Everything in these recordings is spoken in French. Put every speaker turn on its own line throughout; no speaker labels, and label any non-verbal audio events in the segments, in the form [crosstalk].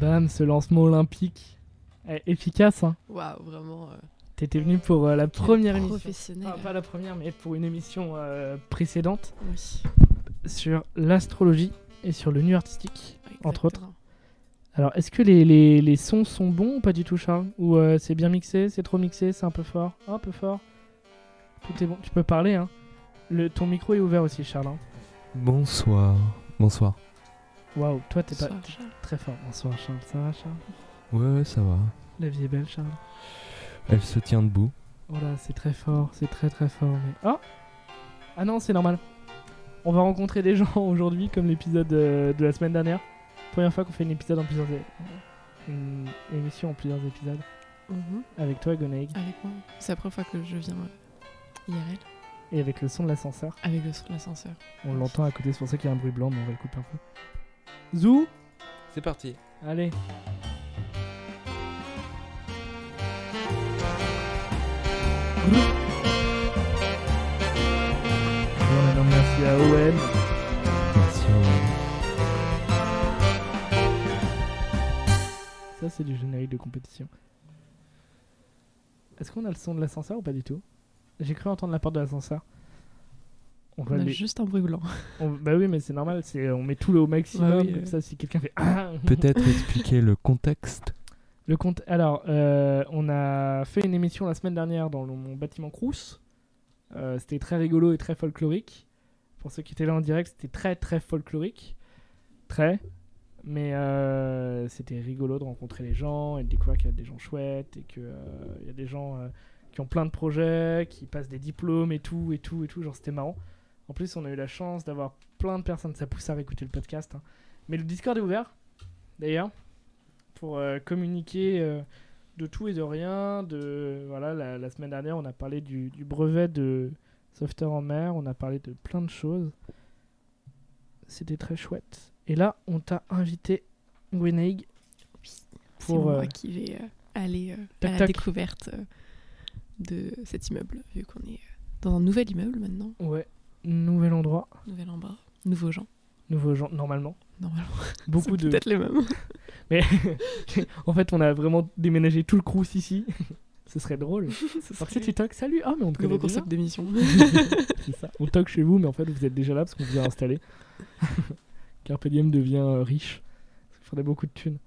Madame, ce lancement olympique, eh, efficace. Hein.
Waouh, vraiment euh,
T'étais venue pour euh, la première émission.
professionnel.
Enfin, pas la première, mais pour une émission euh, précédente
Oui,
sur l'astrologie et sur le nu artistique. Entre autres.
exactement.
Alors, est-ce que les, les- les sons sont bons ou pas du tout, Charles Ou euh, c'est bien mixé, c'est trop mixé, c'est un peu fort, un peu fort Tout est bon. Tu peux parler, hein. Le, ton micro est ouvert aussi, Charles. hein.
Bonsoir. Bonsoir.
Waouh, toi, t'es pas
Bonsoir, Charles.
très fort. Bonsoir, Charles. Ça va, Charles
Ouais, ouais, ça va.
La vie est belle, Charles.
Elle se tient debout.
Oh là, c'est très fort, c'est très très fort. Mais... Ah Ah non, c'est normal. On va rencontrer des gens [laughs] aujourd'hui, comme l'épisode euh, de la semaine dernière. Première fois qu'on fait un épisode en plusieurs... é- Une émission en plusieurs épisodes.
Mhm,
Avec toi, Gonaig,
Avec moi. C'est la première fois que je viens euh, IRL
et avec le son de l'ascenseur.
avec le son de l'ascenseur.
On l'entend à côté, c'est pour ça qu'il y a un bruit blanc, mais on va le couper un peu. Zou
C'est parti.
Allez Bon, alors, Merci à Owen.
Merci. Owen.
Ça, c'est du générique de compétition. Est-ce qu'on a le son de l'ascenseur ou pas du tout J'ai cru entendre la porte de l'ascenseur. On va
On a
les-
juste un bruit blanc. [laughs]
on- Bah oui, mais c'est normal, c'est... on met tout le au maximum,
Bah oui,
comme
euh.
ça, si quelqu'un fait. Ah
Peut-être expliquer le contexte.
Le compte. Alors, euh, on a fait une émission la semaine dernière dans le- mon bâtiment Crous. Euh, c'était très rigolo et très folklorique. Pour ceux qui étaient là en direct, c'était très très folklorique. Très. Mais euh, c'était rigolo de rencontrer les gens et de découvrir qu'il y a des gens chouettes et qu'il il y a des gens euh, qui ont plein de projets, qui passent des diplômes et tout et tout et tout. Genre, c'était marrant. En plus, on a eu la chance d'avoir plein de personnes. Ça pousse à écouter le podcast. hein. Mais le Discord est ouvert, d'ailleurs pour euh, communiquer euh, de tout et de rien. De, voilà, la, la semaine dernière, on a parlé du, du brevet de sauveteur en mer, on a parlé de plein de choses. C'était très chouette. Et là, on t'a invité, Gwenaig.
C'est
Pour,
moi
euh,
qui vais euh, aller euh,
Tac,
à la
tac.
découverte euh, de cet immeuble, vu qu'on est euh, dans un nouvel immeuble maintenant,
Ouais, nouvel endroit,
nouvel en bas, nouveaux gens.
nouveau genre, normalement.
Normalement,
Beaucoup
c'est
de.
peut-être les mêmes. [laughs]
En fait, on a vraiment déménagé tout le crous ici. [laughs] Ce serait drôle.
Ce
Parce
serait
que tu toques, salut. Ah, mais on te connaît
nouveau
déjà. [laughs]
concept d'émission. [laughs]
C'est ça. On toque chez vous, mais en fait, vous êtes déjà là parce qu'on vous a
[laughs]
installé. Carpe Diem devient euh, riche. Il faudrait beaucoup de thunes.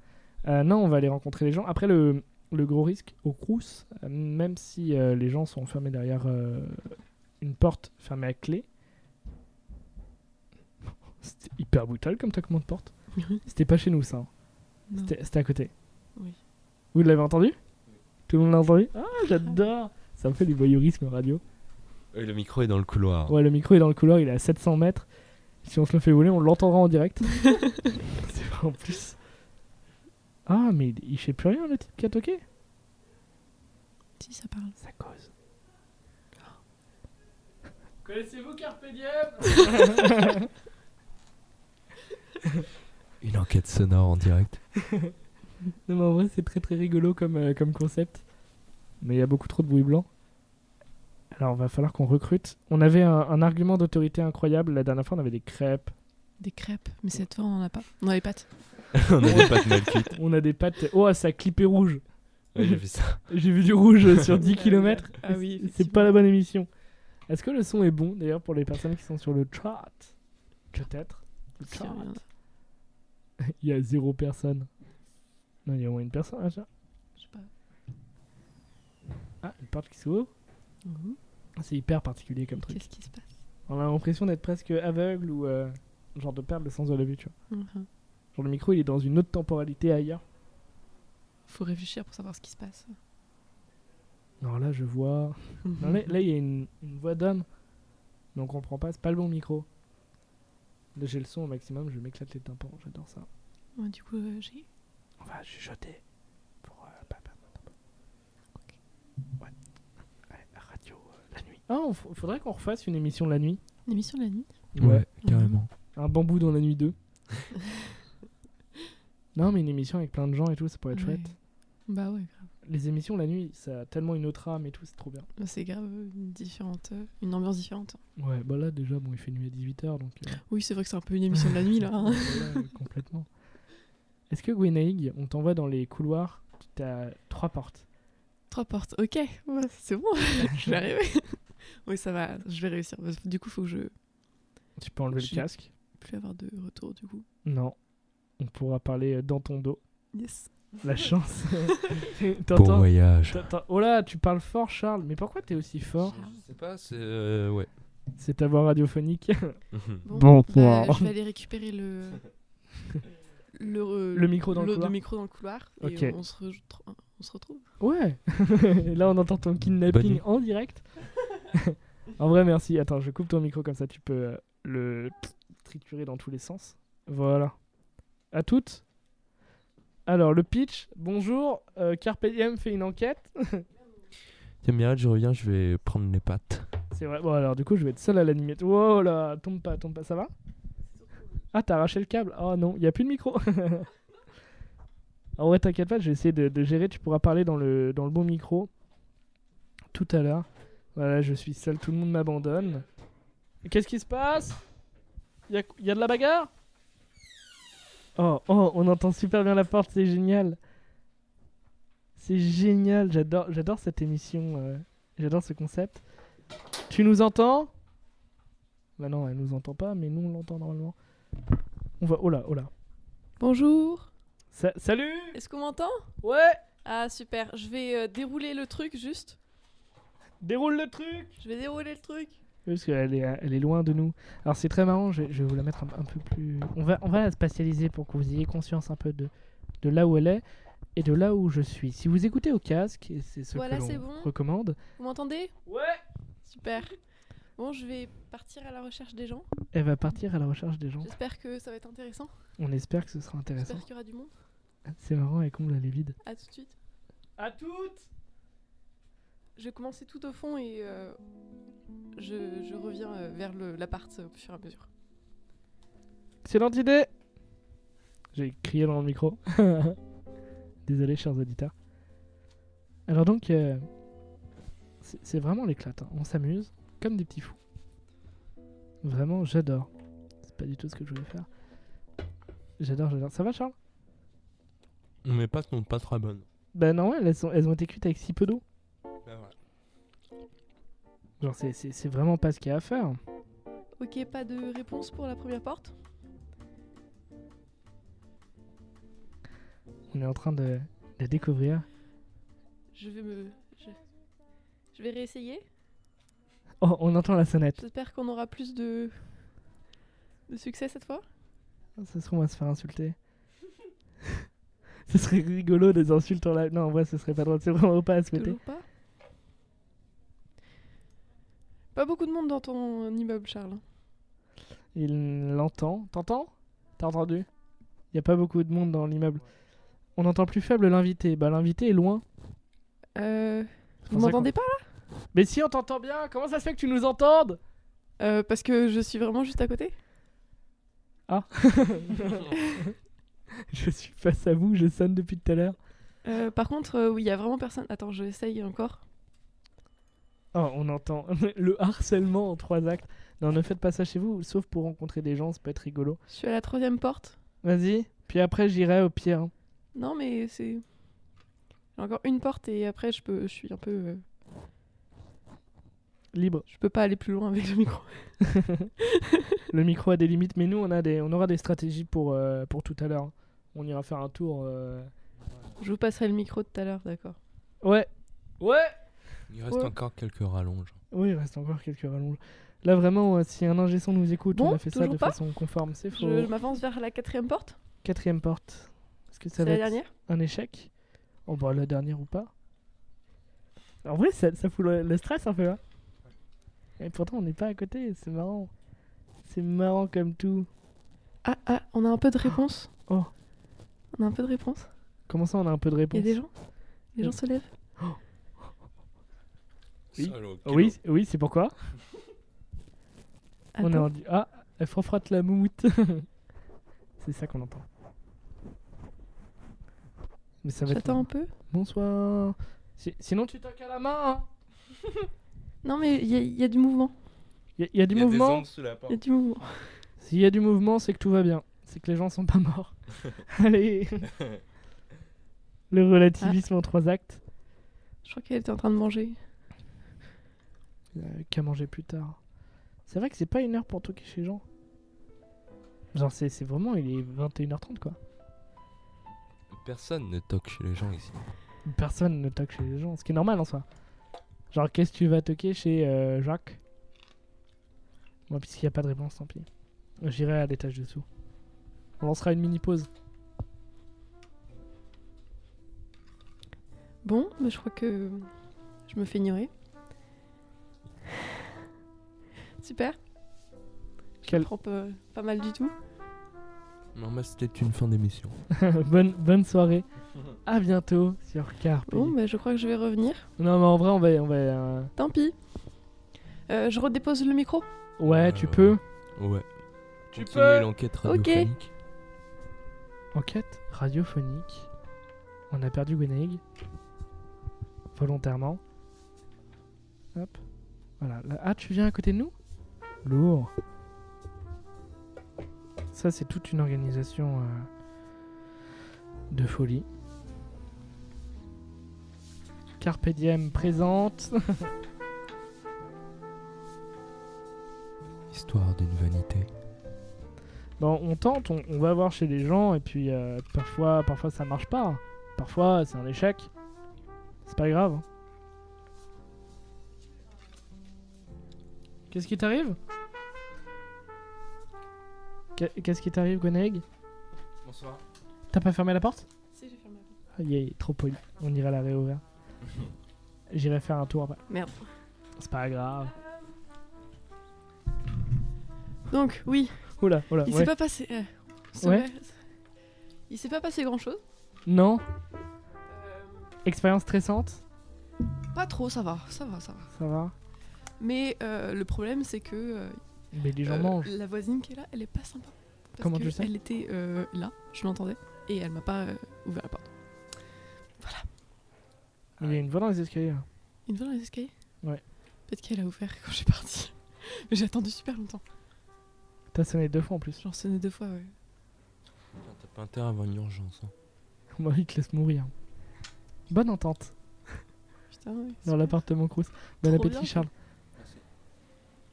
Euh, non, on va aller rencontrer les gens. Après, le, le gros risque au Crous, euh, même si euh, les gens sont enfermés derrière euh, une porte fermée à clé. [laughs] C'était hyper brutal comme toquement de porte. C'était pas chez nous, ça. hein.
Non.
C'était c'était à côté.
Oui.
Vous l'avez entendu Tout le monde l'a entendu Ah, j'adore Ça me fait du voyeurisme radio.
Et le micro est dans le couloir.
Ouais, le micro est dans le couloir, il est à 700 mètres. Si on se le fait voler, on l'entendra en [laughs] direct. C'est vrai en plus. Ah, mais il, il sait plus rien, le type qui a toqué
Si, ça parle.
Ça cause. Ah. Connaissez-vous Carpe Diem [laughs]
Une enquête sonore en direct.
Non, mais en vrai, c'est très très rigolo comme, euh, comme concept. Mais il y a beaucoup trop de bruit blanc. Alors, va falloir qu'on recrute. On avait un, un argument d'autorité incroyable. La dernière fois, on avait des crêpes.
Des crêpes, mais cette fois on en a pas. On a les pâtes.
[laughs] On a des pattes mal cuites.
[laughs]
On a des pâtes. Oh, ça clipait rouge.
Ouais, j'ai vu ça.
J'ai vu du
[laughs]
rouge sur 10 km.
Ah oui.
C'est pas la bonne émission. Est-ce que le son est bon d'ailleurs pour les personnes qui sont sur le chat Peut-être. Le chat. Il y a zéro personne. Non, il y a au moins une personne là, ça.
Je sais pas.
Ah, une porte qui s'ouvre. Ah, C'est hyper particulier comme truc.
Qu'est-ce qui se passe
On a l'impression d'être presque aveugle ou euh, genre de perdre le sens de la vue, tu vois.
Mhm.
Genre le micro il est dans une autre temporalité ailleurs.
Faut réfléchir pour savoir ce qui se passe.
Alors là je vois. Non, là, là, il y a une, une voix d'homme. Mais on comprend pas, c'est pas le bon micro. Là j'ai le son au maximum, je m'éclate les tympans, j'adore ça.
Ouais, du coup, euh, j'ai.
On va chuchoter pour euh, pas perdre notre temps. Ouais. Allez, la radio euh, la nuit. Ah, on f- faudrait qu'on refasse une émission la nuit.
Une émission de la nuit
Ouais, carrément.
Un bambou dans la nuit [laughs] 2. non, mais une émission avec plein de gens et tout, ça pourrait être
Ouais.
chouette.
Bah ouais, grave.
Les émissions la nuit, ça a tellement une autre âme et tout, c'est trop bien.
Bah, C'est grave euh, une, différente, euh, une ambiance différente.
Ouais, bah là déjà, bon, il fait nuit à 18h donc. euh, [laughs]
Oui, c'est vrai que c'est un peu une émission de la nuit là. hein.
voilà, complètement. Est-ce que Gwenaïg, on t'envoie dans les couloirs, tu as trois portes
Trois portes, ok, ouais, c'est bon, [laughs] je vais arriver. [laughs] oui, ça va, je vais réussir. Parce que Du coup, faut que je
Tu peux enlever
Je-
le casque
plus avoir de retour du coup.
Non. On pourra parler euh, dans ton dos.
Yes.
La chance.
Bon
T'entends
voyage.
T'entends- Oh là, tu parles fort, Charles. Mais pourquoi t'es aussi fort
Je sais pas, c'est. euh, ouais. [laughs]
C'est ta voix radiophonique.
Bon,
Bon,
bah,
bon.
je vais aller
[laughs]
récupérer le le, re-
Le micro dans le couloir.
micro dans le couloir et
Ok.
on se, re- on se retrouve.
Ouais. [laughs] Et là, on entend ton
Bonne
kidnapping
nuit.
en direct. [laughs] en vrai, merci. Attends, je coupe ton micro comme ça, tu peux euh, le triturer dans tous les sens. Voilà. À toutes. Alors, le pitch. Bonjour. euh, Carpe Diem fait une enquête.
Tiens, Mirel, je reviens, je vais prendre les pattes.
C'est vrai. Bon, alors, du coup, je vais être seul à l'animer. Oh là, tombe pas, tombe pas. Ça va Ah, t'as arraché le câble. Oh non, il n'y a plus de micro. [laughs] en vrai, t'inquiète pas, je vais essayer de, de gérer. Tu pourras parler dans le, dans le bon micro tout à l'heure. Voilà, je suis seul, tout le monde m'abandonne. Qu'est-ce qui se passe Il y a, y a de la bagarre oh, oh, on entend super bien la porte, c'est génial. C'est génial, j'adore j'adore cette émission, euh, j'adore ce concept. Tu nous entends Bah non, elle nous entend pas, mais nous on l'entend normalement. On va. Oh là, oh là.
Bonjour.
Sa- salut
Est-ce qu'on m'entend
Ouais
Ah super. Je vais euh, dérouler le truc juste.
Déroule le truc
Je vais dérouler le truc.
Parce qu'elle est, elle est loin de nous. Alors c'est très marrant, je, je vais vous la mettre un, un peu plus... On va, on va la spatialiser pour que vous ayez conscience un peu de, de là où elle est et de là où je suis. Si vous écoutez au casque, et c'est ce
Voilà,
que
c'est
l'on
bon.
recommande,
Vous m'entendez
ouais.
Super. Bon, je vais partir à la recherche des gens.
elle va partir à la recherche des gens.
J'espère que ça va être intéressant.
On espère que ce sera intéressant.
J'espère qu'il y aura du monde.
C'est marrant, elle comble, elle est vide.
À tout de suite.
À toutes
Je vais commencer tout au fond et euh, je, je reviens euh, vers le- l'appart euh, au fur et à mesure.
Excellente idée J'ai crié dans le micro. [laughs] Désolé, chers auditeurs. Alors donc, euh, c'est c'est vraiment l'éclate. hein. On s'amuse comme des petits fous. Vraiment, j'adore. C'est pas du tout ce que je voulais faire. J'adore, j'adore. Ça va, Charles
Mes pattes sont pas très bonnes.
Ben non, elles, sont, elles ont été cuites avec si peu d'eau.
Bah,
Genre, c'est- c'est c'est vraiment pas ce qu'il y a à faire.
Ok, pas de réponse pour la première porte
On est en train de, de découvrir.
Je vais me. Je, je vais réessayer.
Oh, on entend la sonnette.
J'espère qu'on aura plus de. de succès cette fois.
Ça se trouve, on va se faire insulter. [laughs] ce serait rigolo des insultes en live. Non, en vrai, ce serait pas drôle. C'est vraiment pas à souhaiter.
Toujours pas. Pas beaucoup de monde dans ton immeuble, Charles.
Il l'entend. T'entends T'as entendu Il y a pas beaucoup de monde dans l'immeuble. On entend plus faible l'invité. Bah, l'invité est loin.
Euh, vous
pour ça
m'entendez pas là
Mais si, on t'entend bien. Comment ça se fait que tu nous entendes [laughs]
Euh, Parce que je suis vraiment juste à côté.
Je suis face à vous, je sonne depuis tout à l'heure.
Euh, par contre, euh, oui, il y a vraiment personne. Attends, je essaye encore.
Oh, on entend [laughs] le harcèlement en trois actes. Non, ne faites pas ça chez vous, sauf pour rencontrer des gens, ça peut être rigolo.
Je suis à la troisième porte.
Vas-y, puis après j'irai au pire. hein.
Non, mais c'est. J'ai encore une porte et après, je peux. Je suis un peu. euh,
Libre.
Je peux pas aller plus loin avec le micro.
Le micro a des limites, mais nous, on, a des, on aura des stratégies pour, euh, pour tout à l'heure. On ira faire un tour. euh.
Je vous passerai le micro tout à l'heure, d'accord.
Ouais. Ouais
Il reste
Ouais.
encore quelques rallonges.
Oui, il reste encore quelques rallonges. Là, vraiment, euh, si un ingé son nous écoute,
Bon,
on a fait ça
toujours
de
pas
façon conforme. C'est faux.
Je m'avance vers la quatrième porte.
Quatrième porte. Est-ce que ça
C'est
va
la
être
dernière
un échec On va la dernière ou pas En vrai, ça, ça fout le, le stress un peu. hein. Et pourtant, on n'est pas à côté. C'est marrant. C'est marrant comme tout.
Ah, ah, on a un peu de réponse.
Oh.
On a un peu de réponse.
Comment ça, on a un peu de
Il y
réponse
a des gens Les gens
Oui.
se lèvent.
Oui. Oui, oui c'est pourquoi On est
Attends.
en du- Ah, elle frotte la moumoute. [laughs] c'est ça qu'on entend. Mais ça va être-
J'attends un peu.
Bonsoir. Si- Sinon, tu toques à la main. hein.
Non, mais il y, a- il y a du mouvement.
Il y, a du mouvement.
sous la
Il y a du mouvement.
S'il y a du mouvement, c'est que tout va bien. c'est que les gens sont pas [laughs] morts. Allez Le relativisme en trois actes.
Je crois qu'elle était en train de manger.
Euh, Qu'à manger plus tard. C'est vrai que c'est pas une heure pour toquer chez Jean. Genre, c'est c'est vraiment, il est 21h30 quoi.
Personne ne toque chez les gens ici.
Personne ne toque chez les gens, ce qui est normal en soi. Genre, qu'est-ce que tu vas toquer chez euh, Jacques Moi, puisqu'il n'y a pas de réponse, tant pis. J'irai à l'étage dessous. On lancera une mini pause.
Bon, bah, je crois que je me fais ignorer. Super. Je
Quel-
comprends pas, pas mal du tout.
Non, mais c'était une fin d'émission.
[laughs] bonne, bonne soirée. À bientôt sur Carpe.
Bon, bah, je crois que je vais revenir.
Non, mais en vrai, on va. On va euh,
Tant pis. Euh, je redépose le micro.
Ouais,
Euh,
tu peux.
Ouais.
Tu
Continuez
peux.
l'enquête
Ok.
radiophonique.
Enquête radiophonique. On a perdu Gweneg. Volontairement. Hop. Voilà. Là- Ah, tu viens à côté de nous Lourd. Ça, c'est toute une organisation euh, de folie. Carpe Diem présente.
Histoire d'une vanité.
Bon, Bah, on tente, on, on va voir chez les gens et puis euh, parfois, parfois ça marche pas. Parfois c'est un échec. C'est pas grave. Qu'est-ce qui t'arrive Qu'est- Qu'est-ce qui t'arrive, Gweneg
Bonsoir.
T'as pas fermé la porte
Si, j'ai fermé la porte.
Aïe, aïe, Ah, trop poli. On ira la réouvrir. J'irai faire un tour après.
Merde.
C'est pas grave.
Donc, oui,
Oula, oula.
il
ouais.
s'est pas passé. euh, c'est
Ouais.
vrai. Il s'est pas passé grand chose.
Non Euh, Expérience stressante
Pas trop, ça va, ça va, ça va.
Ça va
Mais euh, le problème, c'est que euh,
Mais les gens
euh,
mangent.
la voisine qui est là, elle est pas sympa. Parce
Comment
que
tu le sais
Elle était euh, là, je l'entendais, et elle m'a pas euh, ouvert la porte.
Il y a une voix dans les escaliers. hein. là.
Une fois dans les escaliers
Ouais.
Peut-être qu'elle a ouvert quand j'ai parti. [laughs] Mais j'ai attendu super longtemps.
T'as sonné deux fois en plus. [laughs]
J'en sonnais deux fois, ouais.
Ah, T'as pas intérêt à avoir une urgence. hein.
Moi, il te laisse mourir. Bonne entente
Putain, ouais.
dans l'appartement Crous. Bon
Trop
appétit,
bien,
Charles.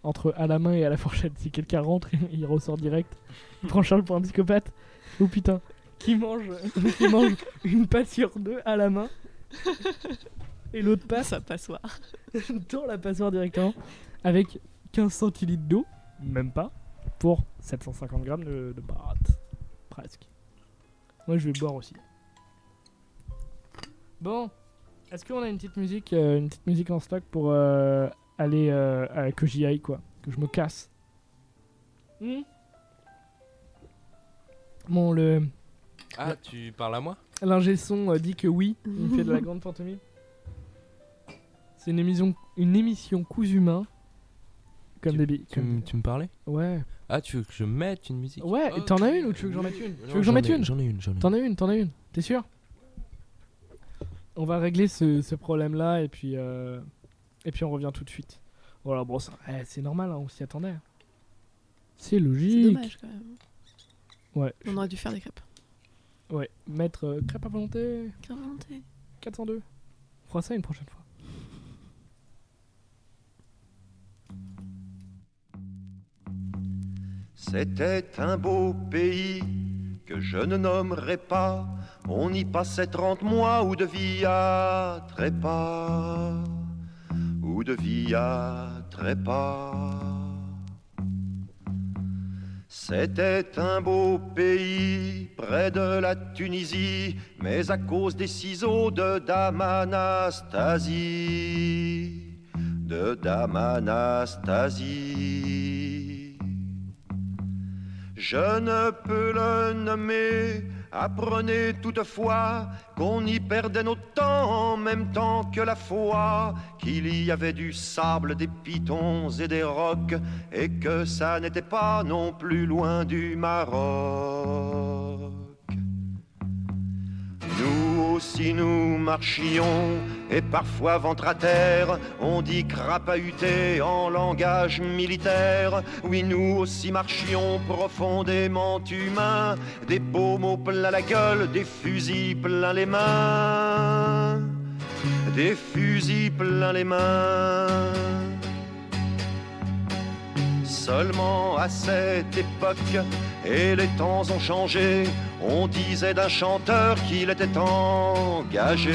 Entre à la main et à la fourchette, si quelqu'un rentre, [laughs] il ressort direct. Il prend Charles pour un psychopathe. Oh putain, qui mange, qui mange une pâte sur deux à la main et l'autre
Pas
passe
ça, passoire.
[laughs] dans la passoire directement avec 15 centilitres d'eau, même pas, pour 750 grammes de, de pâte. Presque. Moi je vais boire aussi. Bon, est-ce qu'on a une petite musique, euh, une petite musique en stock pour euh, aller euh, à- que j'y aille quoi, que je me casse. Hmm bon le
Ah, tu parles à moi
l'ingé son euh, dit que oui, il me fait
[laughs]
de la grande pantomime. C'est une émission, une émission cousu main, comme des bi-
Tu,
comme-
m- tu me parlais
Ouais,
Ah, tu veux que je mette une musique
ouais. et
Ok.
T'en as une ou tu veux que j'en mette une Tu veux que j'en mette
ai-
une
J'en ai une, j'en ai une.
T'en as une, t'en as une. T'es sûr On va régler ce, ce problème-là et puis euh, et puis on revient tout de suite. Voilà, bon, ça- eh, c'est normal, hein, on s'y attendait. C'est
C'est
logique.
dommage quand même.
Ouais,
On aurait dû faire des crêpes.
ouais. Mettre euh, crêpe à volonté.
Crêpes inventées.
402. On fera ça une prochaine fois.
C'était un beau pays que je ne nommerai pas. On y passait trente mois ou de vie à trépas, ou de vie à trépas. C'était un beau pays près de la Tunisie, mais à cause des ciseaux de Dame Anastasie, de Dame Anastasie. Je ne peux le nommer. Apprenez toutefois qu'on y perdait nos temps en même temps que la foi, qu'il y avait du sable, des pitons et des rocs, et que ça n'était pas non plus loin du Maroc. Nous aussi nous marchions, et parfois ventre à terre, on dit crapahuté en langage militaire. Oui, nous aussi marchions profondément humains, des paumes au plein la gueule, des fusils plein les mains, des fusils plein les mains. Seulement à cette époque, et les temps ont changé, on disait d'un chanteur qu'il était engagé,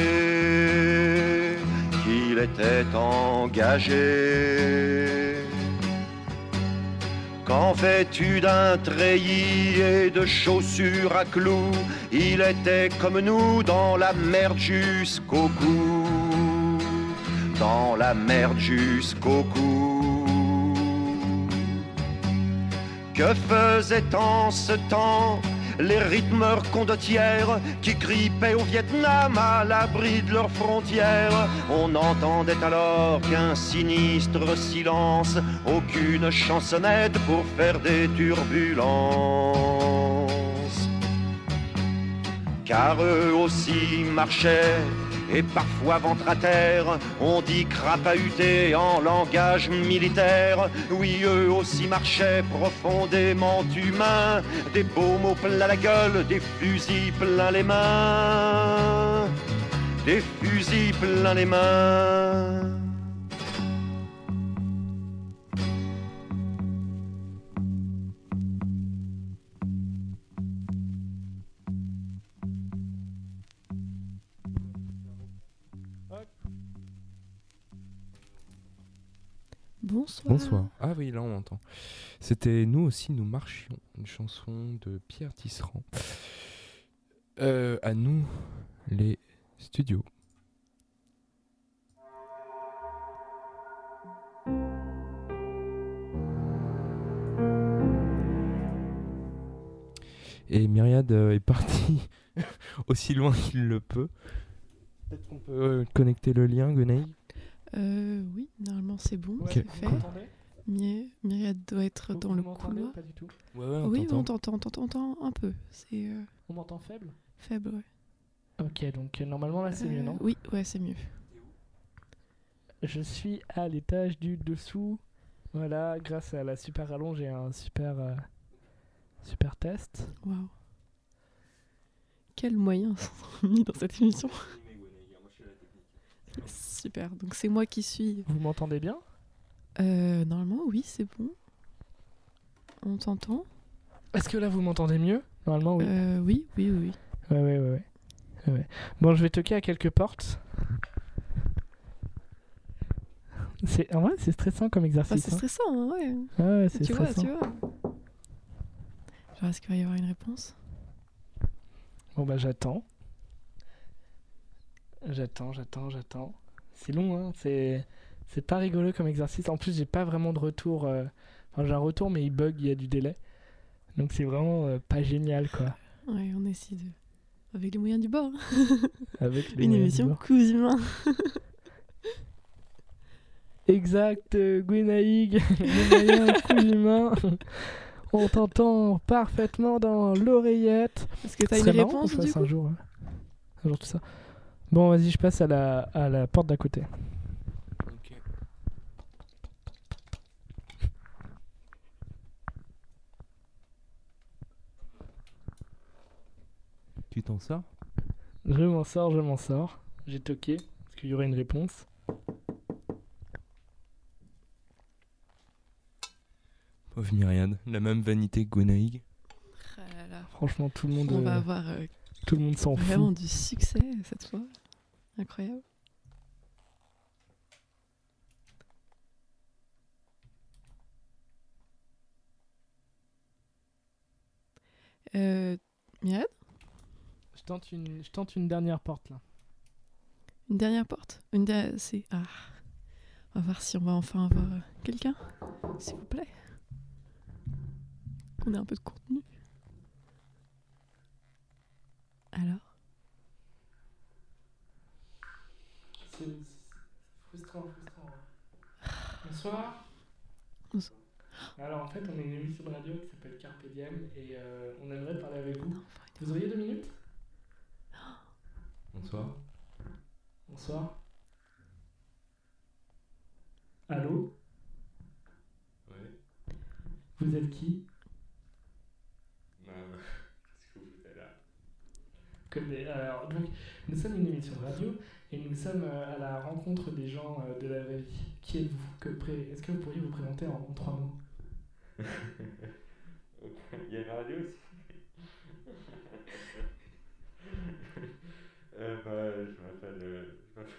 qu'il était engagé. Quand vêtu d'un treillis et de chaussures à clous, il était comme nous dans la merde jusqu'au cou, dans la merde jusqu'au cou. Que faisaient en ce temps les rythmeurs condottières qui gripaient au Vietnam à l'abri de leurs frontières On n'entendait alors qu'un sinistre silence, aucune chansonnette pour faire des turbulences. Car eux aussi marchaient. Et parfois ventre à terre, on dit crapahuté en langage militaire. Oui, eux aussi marchaient profondément humains, des baumes au plein la gueule, des fusils plein les mains, des fusils plein les mains.
Bonsoir.
Bonsoir. Ah oui, là on m'entend. C'était Nous aussi, nous marchions, une chanson de Pierre Tisserand. Euh, à nous, les studios. Et Myriade euh, est partie [laughs] aussi loin qu'il le peut. Peut-être qu'on peut euh, connecter le lien, Gonaï.
Euh, oui, normalement c'est bon,
Ok.
c'est fait.
Vous m'entendez
My- Myriade doit être dans
Vous
le
m'entendez
couloir.
Pas du tout.
Ouais,
Oui, on t'entend, on t'entend, on t'entend un peu. C'est euh,
On m'entend faible
faible, ouais.
Ok, donc euh, normalement là c'est mieux,
Euh,
non
Oui, ouais, c'est mieux.
Je suis à l'étage du dessous. Voilà, grâce à la super rallonge et à un super, euh, super test.
Waouh. Quels moyens sont [laughs] mis dans cette émission Super, donc c'est moi qui suis.
Vous m'entendez bien
Euh, normalement, oui, c'est bon. On t'entend
Est-ce que là vous m'entendez mieux Normalement, oui.
Euh, oui, oui, oui.
Ouais, ouais, ouais, ouais. Ouais, ouais. Bon, je vais toquer à quelques portes. C'est en vrai, c'est stressant comme
Enfin,
exercice.
c'est stressant, hein, ouais.
hein. Ouais, ouais, c'est
Tu vois,
stressant.
tu vois. Genre, est-ce qu'il va y avoir une réponse
Bon bah j'attends. J'attends, j'attends, j'attends. C'est long, hein. C'est c'est pas rigolo comme exercice. En plus, j'ai pas vraiment de retour. euh, Enfin, j'ai un retour, mais il bug, il y a du délai. Donc c'est vraiment euh, pas génial, quoi.
Ouais, on essaie de. Avec les moyens du bord. hein.
Avec les moyens
Une
du
émission
bord.
cousu main.
Exact, euh, [laughs] Gwenaïg, les moyens coups humains. [laughs] On t'entend parfaitement dans l'oreillette.
Est-ce que t'as
Ce
une
serait marrant qu'on
réponse du
fasse
coup
un jour, euh, un jour tout ça. Bon, vas-y, je passe à la, à la porte d'à côté.
Tu t'en sors
Je m'en sors, je m'en sors. J'ai toqué, parce qu'il y aurait une réponse.
Pauvre Myriade, la même vanité que Gwenaïg.
Ah là là.
Franchement, tout le monde,
On va
euh,
avoir euh,
tout le monde s'en
vraiment
fout.
du succès cette fois. Incroyable. Euh, Myriad,
Je tente, une, je tente une dernière porte là.
une dernière porte Une dernière. C'est. Ah. On va voir si on va enfin avoir euh, quelqu'un. S'il vous plaît. Qu'on ait un peu de contenu. Alors
C'est frustrant, frustrant. Bonsoir.
Bonsoir.
Alors en fait, on est une émission de radio qui s'appelle Carpe Diem et euh, on aimerait parler avec vous.
Non, enfin,
Vous auriez deux minutes
Bonsoir.
Bonsoir. Allô
Ouais.
Vous êtes qui
[laughs] Qu'est-ce Euh, que vous faites là
Comme des- Alors, donc, nous sommes une émission de radio et nous sommes euh, à la rencontre des gens euh, de la vraie vie. Qui êtes-vous Que pré- Est-ce que vous pourriez vous présenter en, en trois mots
Il y a une radio aussi. euh, bah, je m'appelle. euh, je m'appelle-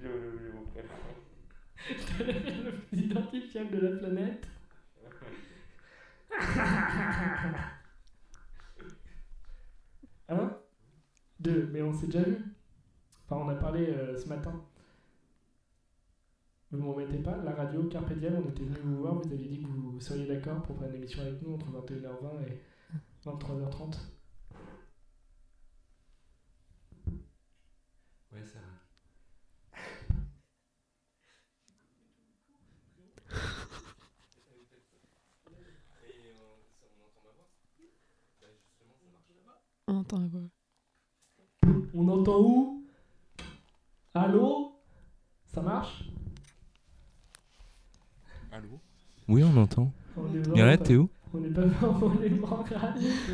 J'ai oublié mon prénom.
Le plus identifiable de la planète. hein Deux, mais on s'est déjà vu. Enfin, on a parlé euh, ce matin. Vous ne m'en mettez pas, la radio Carpe Diem, on était venu vous voir, vous aviez dit que vous seriez d'accord pour faire une émission avec nous entre 21h20 et 23h30.
Ouais, ça va.
On entend la voix.
On entend où Allô Ça marche
Allô Oui, on entend.
On est vraiment
Mirella,
pas-
t'es où
On n'est pas [laughs] mort, on est mort gratis.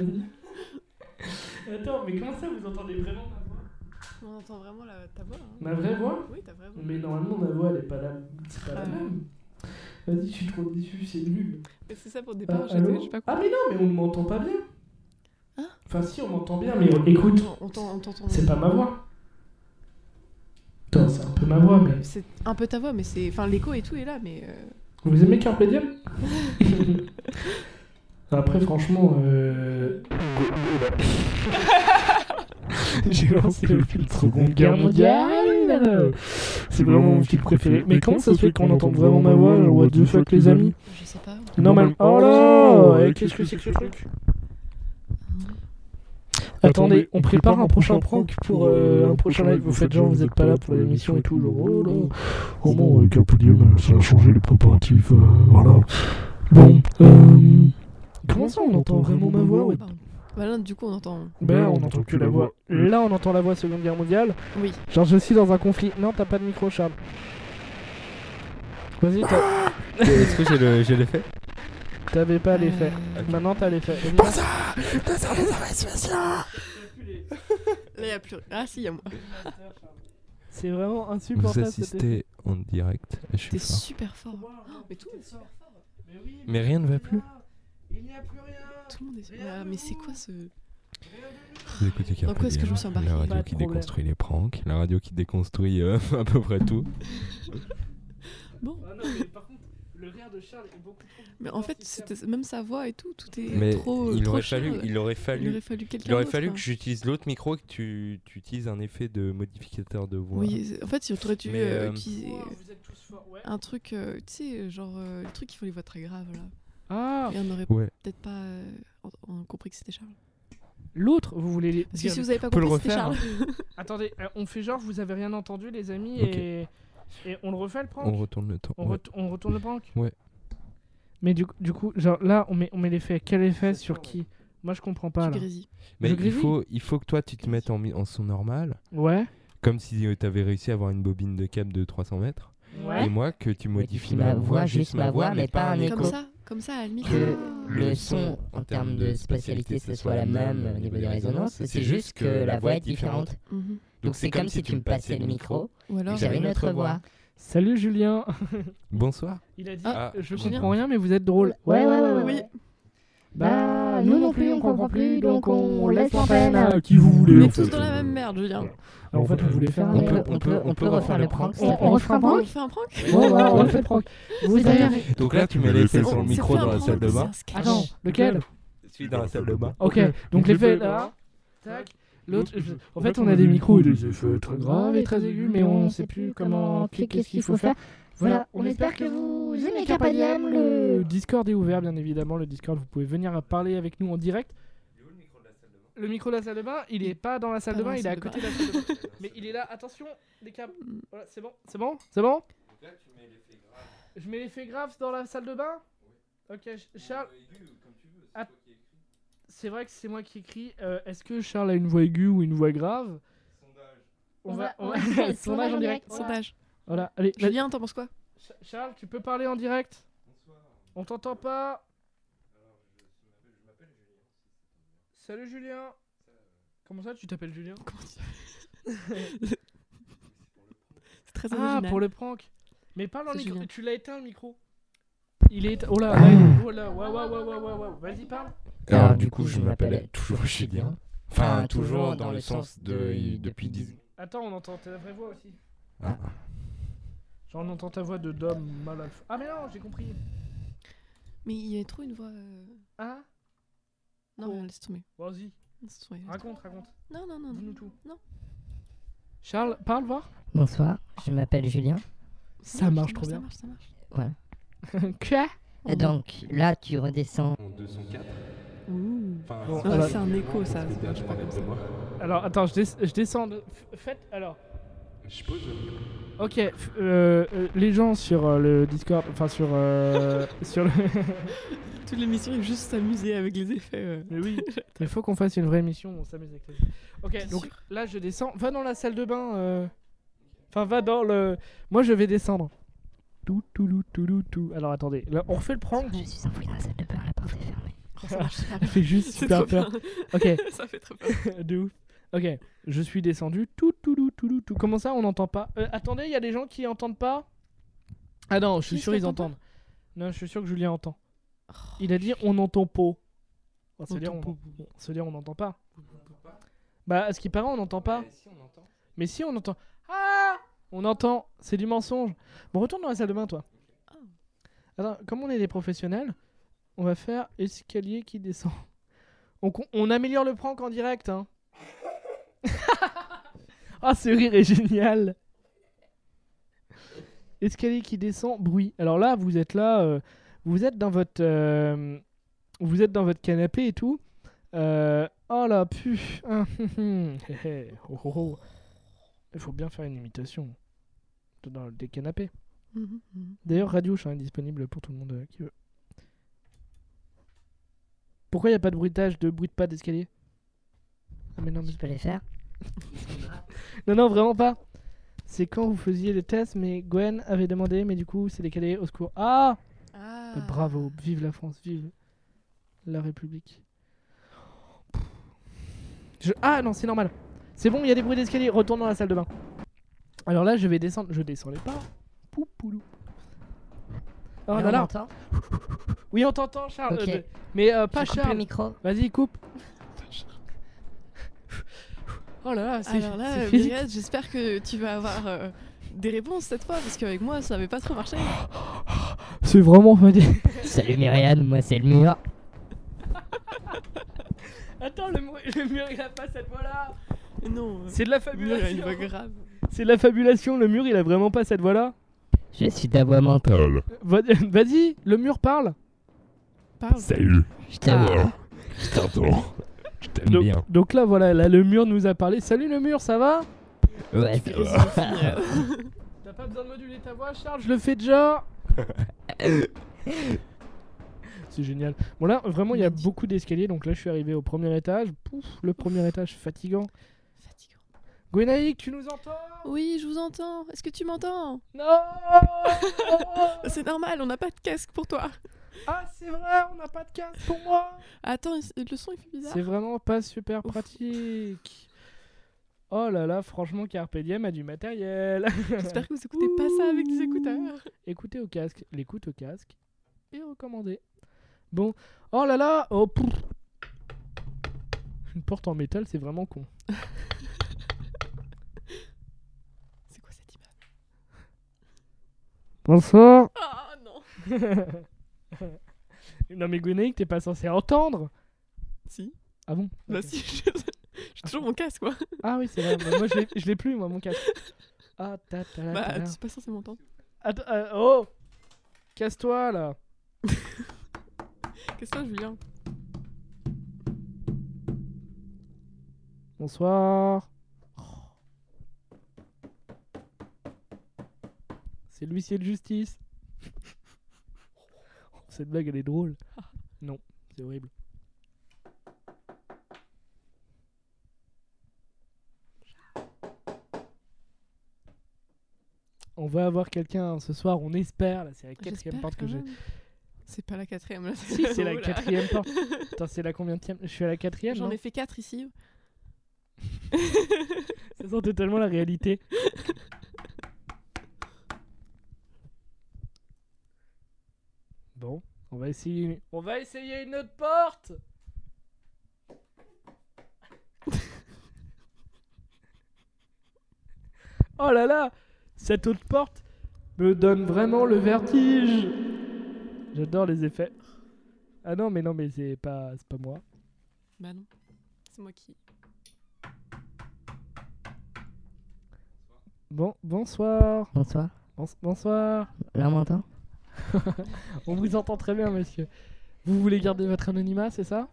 Attends, mais comment ça vous entendez vraiment ma voix
On entend vraiment la, ta voix. hein.
Ma vraie voix
Oui, ta vraie voix.
Mais normalement ma voix elle est pas la, c'est pas la
Ah.
même. Vas-y, je suis trop déçu, c'est nul.
Mais c'est ça pour le
Ah,
départ, j'étais-
allô
j'ai pas compris.
ah mais non, mais on ne m'entend pas bien.
Hein
Enfin si, on m'entend bien, mais on- écoute,
On t'en- on t'entend.
Ah. c'est pas ma voix. Putain, c'est un peu ma voix, mais...
C'est un peu ta voix, mais c'est. Enfin, l'écho et tout est là, mais. euh,
Vous aimez Carpe [laughs] Diem Après, franchement, euh... [laughs] j'ai lancé le film Seconde Guerre mondiale. C'est vraiment mon film préféré. Mais comment ça se fait qu'on entend vraiment ma voix Genre, what the fuck, les amis
Je sais pas.
Normal. Oh là Et Qu'est-ce que c'est que ce truc Attendez, on prépare un prochain prank pour euh, un prochain live. Vous faites genre, vous êtes pas là pour l'émission et tout. Genre, oh là.
Oh non, euh, Carpe Diem, ça a changé les préparatifs, euh, voilà. Bon, euh,
Comment ça, on entend vraiment ma voix ouais.
Pardon. Bah là, du coup, on entend.
Ben, on entend que la voix. Là, on entend la voix Seconde Guerre mondiale.
Oui.
Genre je suis dans un conflit. Non, t'as pas de micro, Charles. Vas-y,
[laughs]
t'a-
Est-ce que j'ai le, j'ai l'effet
t'avais pas l'effet.
Euh,
Maintenant t'as l'effet. Vas-y,
[laughs] Là, y a plus. Ah, si, y a moi.
C'est vraiment
Vous
insupportable. cet effet.
assistez en direct. Je
T'es
suis fort.
super fort.
Oh,
Mais tout,
Mais rien ne va plus.
tout le monde est. Voilà, mais c'est quoi ce.
Vous écoutez Carpe
Dans quoi est-ce que je me suis
Diem,
embarquée
La
Pas
radio
de
qui
problème.
déconstruit les pranks, la radio qui déconstruit euh, [laughs] à peu près tout.
Bon.
Ah non, mais par contre, le rire de Charles est beaucoup trop.
Mais en fait, c'était- même sa voix et tout, tout est
Mais
trop. euh,
il,
trop
aurait
cher.
fallu, il aurait
Il aurait
fallu,
fallu quelqu'un.
il aurait
d'autre,
fallu
hein.
que j'utilise l'autre micro et que tu, tu utilises un effet de modificateur de voix.
hein. Oui, c'est- en fait, tu aurais dû
Mais,
euh,
euh,
utiliser euh,
vous êtes tous forts, ouais.
un truc, euh, tu sais, genre euh, le truc qui font les voix très graves là.
Ah,
Et on aurait
Ouais.
peut-être pas euh, en- en compris que c'était Charles.
l'autre, vous voulez.
Parce que
dire-
si vous avez pas
peut le
compris, c'était Charles.
refaire,
Attendez, euh, on fait genre, vous avez rien entendu, les amis,
Ok.
et... et on le refait le prank.
On retourne le temps.
On,
ouais.
ret- on retourne le prank
Ouais.
Mais du, du coup, genre là, on met, on met l'effet. Quel effet sur qui Moi, je comprends pas là.
Tu grésilles.
Mais
Je
il
grésille.
faut, il faut que toi tu te mettes en, mi- en son normal,
Ouais.
comme si tu avais réussi à avoir une bobine de câble de 300 mètres,
Ouais.
et moi que tu modifies
tu
ma
ma
voix, juste ma voix, mais pas un écho.
Comme ça, comme ça, à la limite.
Que
ah.
le son, en termes de spatialité, ce soit la même au niveau des résonances, c'est juste que la voix est différente.
Mhm.
Donc c'est comme si tu me passais le micro,
Ou alors,
et j'avais une autre voix.
Salut Julien.
Bonsoir.
Il a dit
Ah,
Je
Julien.
comprends rien, mais vous êtes drôle.
Ouais, ouais, ouais, ouais,
oui,
Bah, nous non plus, on comprend plus, donc on laisse l'antenne.
à Euh, qui vous
on
voulez.
est tous dans la même merde, Julien.
en fait, on voulait faire un.
On peut, on peut, on peut refaire le prank, s'il te plaît.
On refait un
On fait un prank
Ouais, ouais, on refait le prank. Vous avez...
Donc là tu mets
mets
l'effet
l'effet
sur
On
le
s'est
micro
fait un
dans la
prank,
salle de
c'est
bain.
un sketch.
Attends, lequel
Celui dans la salle de bain.
Ok, donc l'effet là. Tac. L'autre. je- En fait, on a des micros et des effets très graves et très aigus, mais on sait plus comment. Qu'est-ce qu'il faut faire
Voilà, on espère que vous aimez Carpe Diem, le
Le Discord est ouvert, bien évidemment. Le Discord, vous pouvez venir parler avec nous en direct. Le micro de la salle de bain, il est pas dans la salle
Pas
de
dans
bain, Mm.
la
il est à
salle de
côté de la salle de [laughs] bain. Mais il est là, attention, les câbles. Voilà, c'est bon, c'est bon, c'est bon. Je mets l'effet grave dans la salle de bain Ok, Ch- Charles. Ah, C'est vrai que c'est moi qui écris. euh, Est-ce que Charles a une voix aiguë ou une voix grave On va. [laughs] On va... Sondage en direct.
Sondage.
Voilà, allez, vas-y.
Julien, t'en penses quoi
Cha- Charles, tu peux parler en direct On t'entend pas Salut Julien Comment ça, tu t'appelles Julien
Comment tu- C'est très
Ah,
original.
pour le prank Mais parle en
C'est
micro,
Julien.
tu l'as éteint le micro Il est éteint. Oh là, ouais, oh là, waouh, waouh, waouh, waouh, waouh, vas-y, parle
Alors,
Alors,
du
du
coup,
coup, je
je
m'appelle
m'appelle
toujours Julien.
Enfin,
Enfin,
toujours
toujours
dans
dans le sens de depuis 10
Attends, on entend ta vraie voix aussi.
Ah.
Genre, on entend ta voix de Dom mal alpha. Ah, mais non, j'ai compris
Mais il y a trop une voix. euh,
Hein
Non,
Oh.
mais laisse tomber.
Vas-y,
Laisse tomber.
raconte, raconte,
Non, non, non. non.
dis-nous tout.
Non.
Charles, parle voir
Bonsoir, je m'appelle Julien.
Ça marche trop bien.
Ça marche, ça marche.
Voilà.
Quoi
Et Ah, donc, là, tu redescends.
En 204.
Ouh.
Enfin,
Bon,
Ah,
c'est-
alors-
c'est un écho, ça.
c'est bien, je parle de moi.
Alors, attends, je, des- je descends. de- f- Faites, alors.
Je pose.
Ok, f- euh, euh, les gens sur euh, le Discord, enfin sur. euh, [laughs] sur le...
Toute l'émission est juste s'amuser avec les effets. euh.
Mais oui, il faut qu'on fasse une vraie émission, où on s'amuse avec les gens. Ok,
Bien
donc
sûr.
là je descends. Va dans la salle de bain. euh. Enfin, va dans le. Moi je vais descendre. Tout, tout, tout, tout, tout, tout. Alors attendez, là on refait le prank.
Ah, Je suis enfoui dans la salle de bain, la porte est fermée.
Oh, [laughs] [laughs] ça marche super
Ça
bien.
fait juste
C'est
super
trop
peur.
bien. [laughs]
Ok,
ça fait trop peur. [laughs]
de ouf. Ok, je suis descendu. Tout, tout, tout, tout, tout, tout. Comment ça, on n'entend pas Euh, Attendez, il y a des gens qui entendent pas Ah non, je suis
Qui
sûr ils
s'entend pas
entendent. Non, je suis sûr que Julien entend.
Oh,
Il a dit on n'entend pas. On se
On
dit
entend
on se dit, on n'entend pas. Bah, à ce qui paraît, on n'entend pas. Mais si, on entend. Ah On entend. C'est du mensonge. Bon, retourne dans la salle de bain, toi.
Ah.
Attends, comme on est des professionnels, on va faire escalier qui descend. On, con- on améliore le prank en direct, hein. [laughs] Ah, ce rire est génial. Escalier qui descend, bruit. Alors là, vous êtes là, euh, vous êtes dans votre, euh, vous êtes dans votre canapé et tout. Euh, oh la pu. Ah, hum, hum. Hé, hé. Oh, oh, oh. Il faut bien faire une imitation de- dans des canapés.
Mhm, mhm.
D'ailleurs, Radio est disponible pour tout le monde euh, qui veut. Pourquoi il n'y a pas de bruitage, de bruit de pas d'escalier Ah mais non, mais
Je peux les faire
non, non, vraiment pas. C'est quand vous faisiez les tests, mais Gwen avait demandé, mais du coup, c'est décalé au secours. Ah
Ah.
Bah, Bravo, vive la France, vive la République. Je- Ah non, c'est normal. C'est bon, il y a des bruits d'escalier, retourne dans la salle de bain. Alors là, je vais descendre, je descends les pas. Pou, poulou. Oh
Là,
là
on
là.
m'entend
Oui, on t'entend, Charles. euh,
Ok.
de- Mais euh, pas
Je coupe le
Charles.
micro.
Vas-y, coupe. Oh là là, c'est
Alors là,
c'est
euh,
physique.
Myriad, j'espère que tu vas avoir euh, des réponses cette fois, parce qu'avec moi, ça n'avait pas trop marché.
C'est vraiment funny.
Salut Myriad, moi c'est le mur.
Attends, le,
[laughs]
mur- le mur il a pas cette voix là
Euh, Non,
C'est de la
Myriad a une
fabulation
voix grave.
C'est de la fabulation, le mur il a vraiment pas cette voix là
Je suis ta mentale.
Va- [laughs] Vas-y, le mur parle
Parle.
Salut,
Je t'avoue.
je t'entends. Je t'aime
donc, donc là voilà, là le mur nous a parlé. Salut le mur, ça va
Ouais, ça va.
T'as pas besoin de moduler ta voix Charles, je le fais déjà C'est génial. Bon là vraiment il y a
Magnifique.
beaucoup d'escaliers, donc là je suis arrivé au premier étage. Pouf, le premier étage fatigant.
Fatigant.
Gwenaïque, tu nous entends
Oui, je vous entends. Est-ce que tu m'entends
Non
C'est normal, on n'a pas de casque pour toi.
Ah c'est vrai, on n'a pas de casque pour moi
Attends, il- le son il fait bizarre.
C'est vraiment pas super
Ouf.
pratique. Oh là là, franchement, Carpe Diem a du matériel.
J'espère que vous écoutez pas ça avec des écouteurs.
Écoutez au casque, l'écoute au casque est recommandée. Bon, oh là là, oh pouf. Une porte en métal, c'est vraiment con.
C'est quoi cette image
Bonsoir.
Ah non
[laughs] non mais Gwenaïque, t'es pas censé entendre.
Si,
Ah bon
bah
Ok.
si, [laughs] je- j'ai toujours mon casque quoi.
Ah oui, c'est vrai. mais moi, je l'ai- je l'ai plus, moi, mon
[laughs]
casque. Ah, ta, ta, la, ta,
Bah,
la.
tu sais pas censé m'entendre.
Attends, euh, oh Casse-toi, là.
Qu'est-ce que c'est, Julien
Bonsoir. C'est l'huissier de justice. [laughs] Cette blague, elle est
[laughs]
drôle. Non, c'est horrible. on va avoir quelqu'un ce soir, on espère. Là, c'est la
J'espère
quatrième porte que
quand
j'ai.
même. C'est pas la quatrième là.
[laughs] Si, c'est la
Oula.
quatrième
[laughs]
hein. porte. Attends, c'est la combien Je suis à la quatrième.
J'en
non
ai fait quatre ici.
Ça sent totalement la réalité. Bon, on va essayer une... On va essayer une autre porte [laughs] Oh là là Cette autre porte me donne vraiment le vertige J'adore les effets. Ah non, mais non, mais c'est pas, c'est pas moi.
Bah non. C'est moi qui.
Bon, bonsoir
Bonsoir.
Bons- Bonsoir
Là, on m'entend
On vous entend très bien, monsieur. Vous voulez garder votre anonymat, c'est ça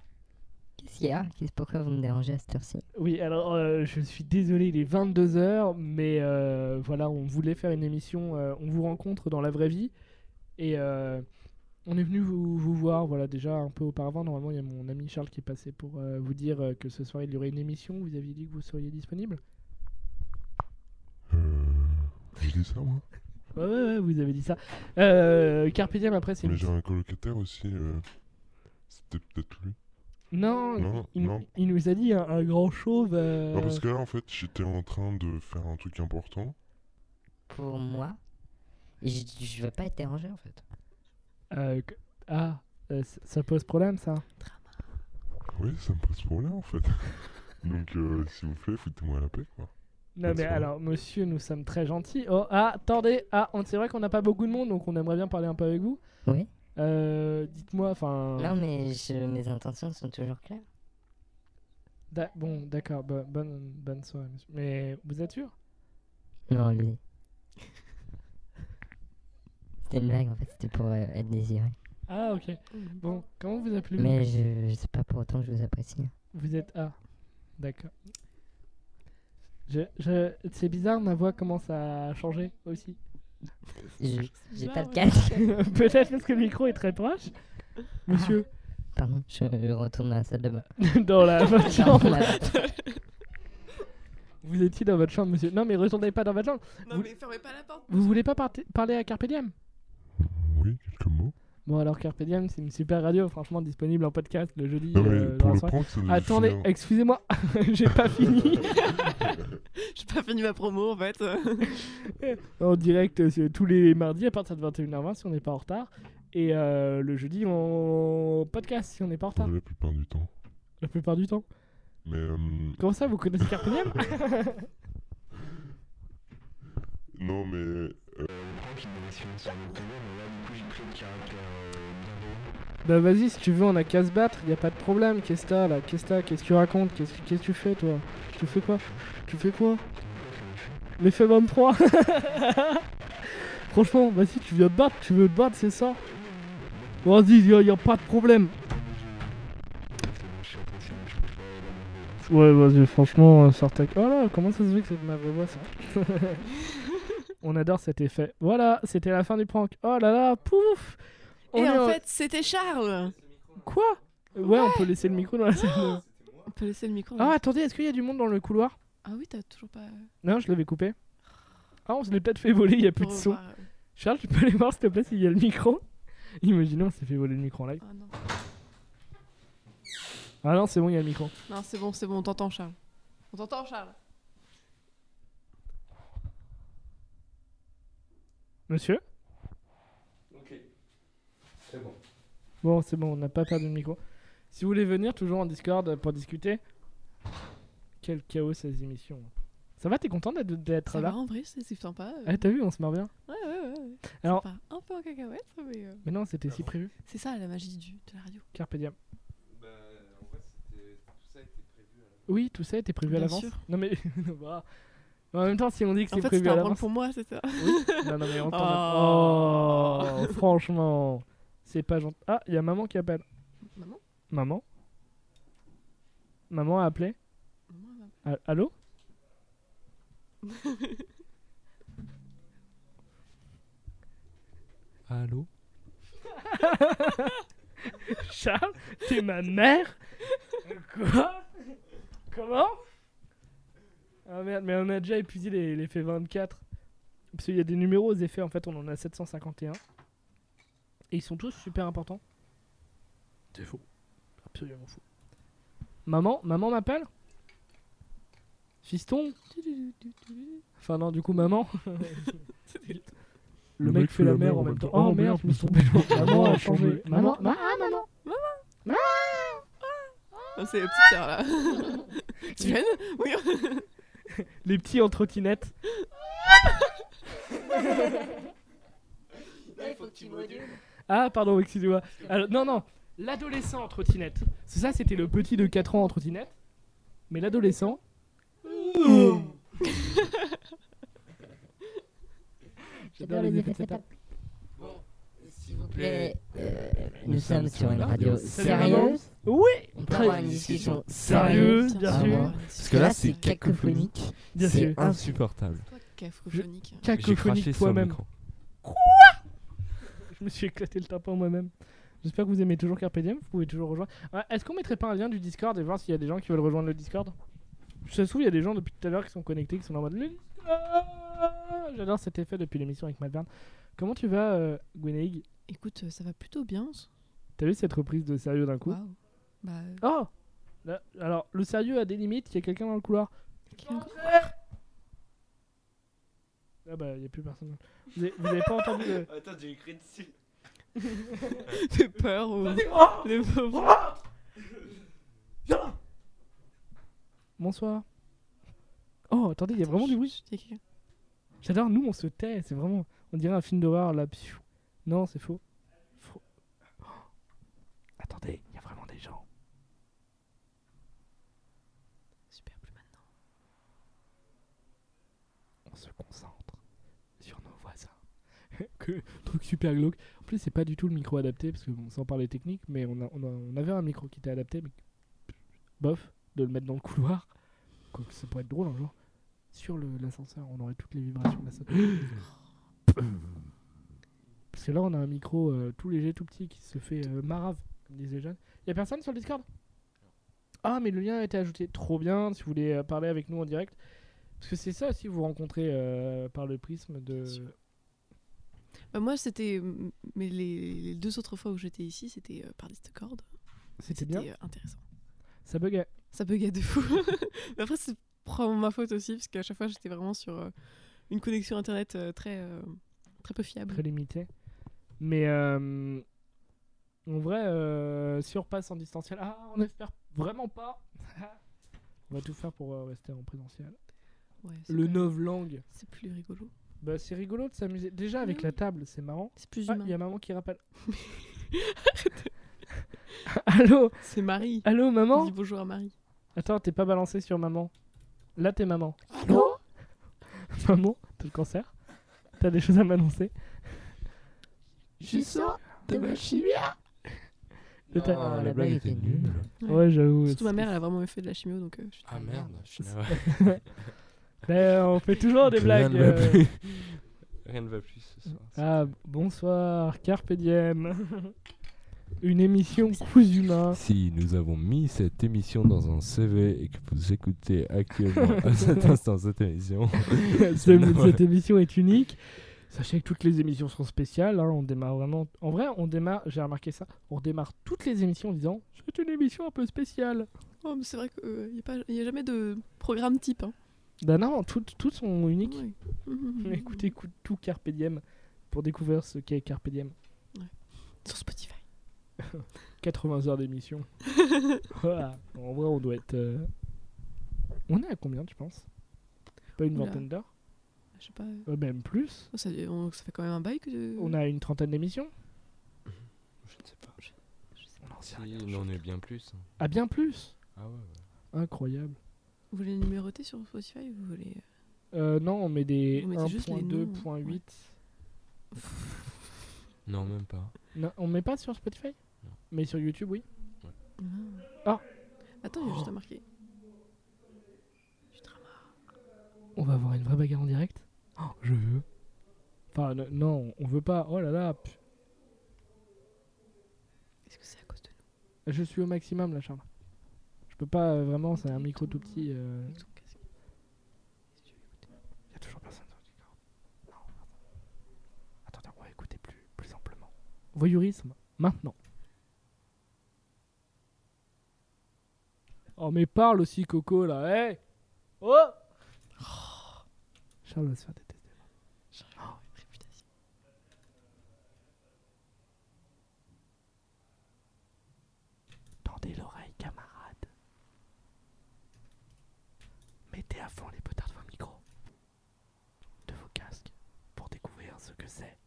Qu'est-ce qu'il y a Qu'est-ce- Pourquoi vous me dérangez à cette heure-ci
Oui, alors euh, je suis désolé, il est 22h, mais euh, voilà, on voulait faire une émission, euh, on vous rencontre dans la vraie vie, et euh, on est venu vous, vous voir, voilà, déjà un peu auparavant, normalement il y a mon ami Charles qui est passé pour euh, vous dire euh, que ce soir il y aurait une émission, vous aviez dit que vous seriez disponible
Euh. J'ai dit ça, moi.
Ouais, ouais, ouais, vous avez dit ça. Euh, Carpe Diem, après c'est... une-
Mais j'ai un colocataire aussi. euh, C'était peut-être lui.
Non,
Non,
il,
non.
il nous a dit un, un grand chauve... euh,
Non, parce que là, en fait, j'étais en train de faire un truc important.
Pour moi, je, je veux pas être dérangé en fait.
euh, que- ah, euh, ça- ça pose problème ça
Oui, ça me pose problème, en fait. [laughs] Donc, euh, s'il vous plaît, foutez-moi la paix, quoi.
Non mais
Bonsoir.
alors monsieur, nous sommes très gentils. Oh ah, attendez, ah on c'est vrai qu'on n'a pas beaucoup de monde donc on aimerait bien parler un peu avec vous.
Oui.
Euh, dites-moi, enfin.
Non, mais je- mes intentions sont toujours claires.
d'a- bon, d'accord, bo- bonne bonne soirée. Monsieur. Mais vous êtes sûr
Non, lui. C'était une blague en fait, c'était pour euh, être désiré.
Ah ok. Bon, comment vous appelez-vous
Mhm. Mais je, je sais pas pour autant que je vous apprécie.
Vous êtes ah, d'accord. Je, je, c'est bizarre, ma voix commence à changer aussi. [laughs]
Je- J'ai pas de
Bah ouais.
casque.
Peut-être parce que le micro est très proche. Monsieur,
[laughs] Pardon, je je retourne dans la salle de bain.
[laughs] dans la votre
Pardon,
chambre.
là-
Vous étiez dans votre chambre, monsieur. Non, mais retournez pas dans votre chambre.
Non
Vous-
mais fermez pas la porte.
Vous voulez pas parte- parler à Carpe Diem
Oui, quelques mots.
Bon alors Carpe Diem, c'est une super radio, franchement disponible en podcast le jeudi.
Non, mais
euh, dans
Ah pour
la
le
soirée.
prendre, ça devait
Attendez,
finir.
excusez-moi, [laughs] j'ai pas fini.
J'ai pas fini ma promo en fait.
en direct euh, sur- tous les mardis à partir de 21h20 si on n'est pas en retard. Et euh, le jeudi en podcast si on n'est pas en retard.
la plupart du temps.
La plupart du temps.
Mais euh,
Comment ça, vous connaissez Carpe Diem
non, mais
Bah vas-y, si tu veux, on a qu'à se battre, y a pas de problème. Qu'est-ce que t'as là Qu'est-ce que t'as Qu'est-ce que tu racontes Qu'est-ce que qu'est-ce que tu fais toi Tu fais quoi Tu fais quoi Mais fais 23 [laughs] Franchement, vas-y, tu viens te battre, tu veux te battre, c'est ça Vas-y, y a, y a pas de problème Ouais, vas-y, franchement, euh, sors ta... Oh là, comment ça se fait que c'est de ma vraie voix, ça [laughs] On adore cet effet. Voilà, c'était la fin du prank. Oh là là, pouf On
Et
est
en fait, c'était Charles.
Quoi Ouais, on peut laisser le micro dans la salle. de-
On peut laisser le micro.
[gasps] Ah,
là.
attendez, est-ce qu'il y a du monde dans le couloir
ah oui, t'as toujours pas.
Non, je l'avais coupé. Ah, on se l'est peut-être fait voler, il y a plus de son.
revoir, euh,
Charles, tu peux aller voir s'il te plaît s'il y a le micro Imaginez, on s'est fait voler le micro en live.
Ah non.
Ah non, c'est bon, il y a le micro.
Non, c'est bon, c'est bon, on t'entend Charles. On t'entend Charles.
Monsieur
Ok. C'est bon.
Bon, c'est bon, on n'a pas perdu le micro. Si vous voulez venir, toujours en Discord pour discuter. Quel chaos ces émissions. Ça va, t'es content d'être- d'être
Ça va
là
en vrai, c'est c'est sympa. euh.
Ah, t'as vu, on se marre bien.
Ouais, ouais, ouais. ouais.
Alors-
Ça part un peu en cacahuète, mais. euh,
Mais non, c'était si prévu.
C'est ça la magie du, de la radio.
Carpe diem.
Bah, en vrai, c'était- tout ça était prévu. à
Oui, tout ça était prévu à
Bien
l'avance.
sûr.
Non mais... [laughs] bah. En même temps, si on dit que
En
c'est
fait,
prévu
c'était
à
un prank
l'avance...
pour Oh. moi, c'est ça. [laughs]
[laughs] Non, non, mais on t'en a-
Oh.
Oh, Franchement, c'est pas gentil. Ah, il y a maman qui appelle.
Maman
Maman Maman a appelé A- Allô
la- Allô
Charles T'es ma mère Quoi Comment Ah merde, mais on a déjà épuisé les, les faits 24. Parce qu'il y a des numéros aux effets, en fait, on en a 751. Et ils sont tous super importants. C'est faux. Absolument faux. Maman, maman m'appelle Fiston Enfin non, du coup, [laughs] maman. Le mec fait la mère en même temps. Oh merde, je me suis trompé. Maman a changé. Maman,
Maman, ma- ah, maman.
Ah, C'est la petite sœur, [laughs] là. tu viens Oui.
les petits en trottinette.
Il faut que tu modules.
Ah, pardon, excusez-moi. Alors, non, non, l'adolescent en trottinette. C'est ça, c'était le petit de 4 ans en trottinette. Mais l'adolescent.
J'adore les effets
setup.
setup.
S'il vous plaît, euh, nous sommes sur une radio sérieuse.
Oui,
On peut avoir une discussion
Sérieux,
sérieuse.
bien
sur
sûr.
moi.
Ah, bah. Parce que là, c'est cacophonique.
bien sûr.
C'est
Insupportable.
Toi, cafrophonique.
J'ai
Cacophonique
craché sur
toi-même.
l'écran.
[laughs] Je me suis éclaté le tympan moi-même. J'espère que vous aimez toujours Carpe Diem. Vous pouvez toujours rejoindre. Ah, Est-ce qu'on mettrait pas un lien du Discord et voir s'il y a des gens qui veulent rejoindre le Discord Je trouve il y a des gens depuis tout à l'heure qui sont connectés, qui sont en mode le Discord. J'adore cet effet depuis l'émission avec Malvern. Comment tu vas, euh, Gwenaig
Écoute, euh, ça va plutôt bien. ce-
T'as vu cette reprise de sérieux d'un coup
Waouh. Bah, euh,
Oh Là- Alors, le sérieux a des limites, il y a quelqu'un dans le couloir.
qui est [laughs] encore-
Ah bah, il n'y a plus personne. Vous avez, vous avez pas entendu le...
Attends, j'ai écrit dessus.
J'ai peur ou...
oh
[laughs] Les pauvres.
Bonsoir. Oh, attendez, il y a vraiment du bruit.
Chut, il y a quelqu'un.
J'adore, nous on se tait, c'est vraiment. On dirait un film d'horreur là. pfiou. Non, c'est faux. Faux. [gasps] Oh. Attendez, il y a vraiment des gens.
Super, plus maintenant.
On se concentre sur nos voisins. [laughs] que truc super glauque. En plus, c'est pas du tout le micro adapté parce que bon, sans parler technique, mais on, a- on, a- on avait un micro qui était adapté, mais bof, de le mettre dans le couloir. Quoique ça pourrait être drôle un jour. Sur le- l'ascenseur, on aurait toutes les vibrations de l'ascenseur. [gasps] Parce que là, on a un micro euh, tout léger, tout petit qui se fait euh, marave, comme disent les jeunes. Y a personne sur le Discord Ah, mais le lien a été ajouté. Trop bien, si vous voulez euh, parler avec nous en direct. Parce que c'est ça aussi, vous rencontrez euh, par le prisme de.
Bah, moi, c'était. Mais les, les deux autres fois où j'étais ici, c'était euh, par Discord.
C'était bien
euh, intéressant.
Ça hein, bugait.
Ça buguait de fou. [laughs] Mais après, c'est probablement ma faute aussi, parce qu'à chaque fois, j'étais vraiment sur euh, une connexion internet euh, très, euh, très peu fiable.
très limité. Mais euh, en vrai, euh, si on repasse en distanciel, ah, on espère vraiment pas. [laughs] on va tout faire pour euh, rester en présentiel.
Ouais, c'est
Le
quand même-
novlangue.
C'est plus rigolo.
Bah, c'est rigolo de s'amuser. Déjà
Ah
avec la table, c'est marrant.
C'est plus
Ah,
humain.
il y a maman qui
[laughs]
rappelle. [laughs] allô,
C'est Marie.
allô,
On
maman.
dit bonjour à Marie.
Attends, t'es pas balancé sur maman. Là, t'es maman. Allô [laughs] Maman, t'as le cancer T'as des choses à m'annoncer
Je sors de ma chimie.
De ta- Ah,
Ah,
Non, la blague était nulle.
Ouais, j'avoue.
Surtout ma mère, elle a vraiment fait de la chimio, donc euh, je suis
Ah merde, je suis
[laughs]
navré.
Ben, on fait toujours des blagues.
Rien ne va
euh.
plus. [laughs] Rien ne va plus ce soir.
Ah, bonsoir, Carpe
[laughs]
Diem. Une émission cousu humain.
Si nous avons mis cette émission dans un CV et que vous écoutez actuellement
[laughs]
à cet instant cette émission,
Ce- Cette émission est unique. Sachez que toutes les émissions sont spéciales. hein, On démarre vraiment. En vrai, on démarre. J'ai remarqué ça. On démarre toutes les émissions en disant c'est une émission un peu spéciale.
Oh, mais c'est vrai qu'il n'y a, pas- y a jamais de programme type. Hein.
Ben non, toutes, toutes sont uniques. [laughs]
Ouais.
Écoutez écoute tout Carpe Diem pour découvrir ce qu'est Carpe Diem.
Sur Spotify.
80 heures
[laughs]
d'émission. Voilà. En vrai, on doit être. euh, On est à combien, tu penses Pas une
Oula.
vingtaine d'heures
Je sais pas. euh,
Euh, Même plus.
Ça, on- ça fait quand même un bail que. de-
On a une trentaine d'émissions
je ne sais pas.
Je sais pas.
On en
[laughs]
sait rien.
Il en est bien plus. hein.
Ah, bien plus
Ah ouais.
Incroyable.
Vous voulez le numéroter sur Spotify ou vous voulez.
Euh, non, on met des
Vous mettez juste les noms,
1.2.8.
ouais.
Non, même pas.
Non, on met pas sur Spotify
Non.
Mais sur YouTube, oui. Ah.
Ah Attends, il y a juste
Oh.
à marquer.
On va avoir une vraie bagarre en direct Oh, Je veux. Enfin, ne- non, on veut pas. Oh là là, pu-
Est-ce que c'est à cause de nous
je suis au maximum là, Charles. Je peux pas euh, vraiment, c'est un micro tout petit. euh,
avec ton casque
Il y a toujours personne sur Discord. Non, voyeurisme maintenant. Oh, mais parle aussi, Coco, là. Hey oh Charles va se faire détester.
Réputation.
Tendez l'oreille, camarade. Mettez à fond les potards de vos micros, de vos casques, pour découvrir ce que c'est.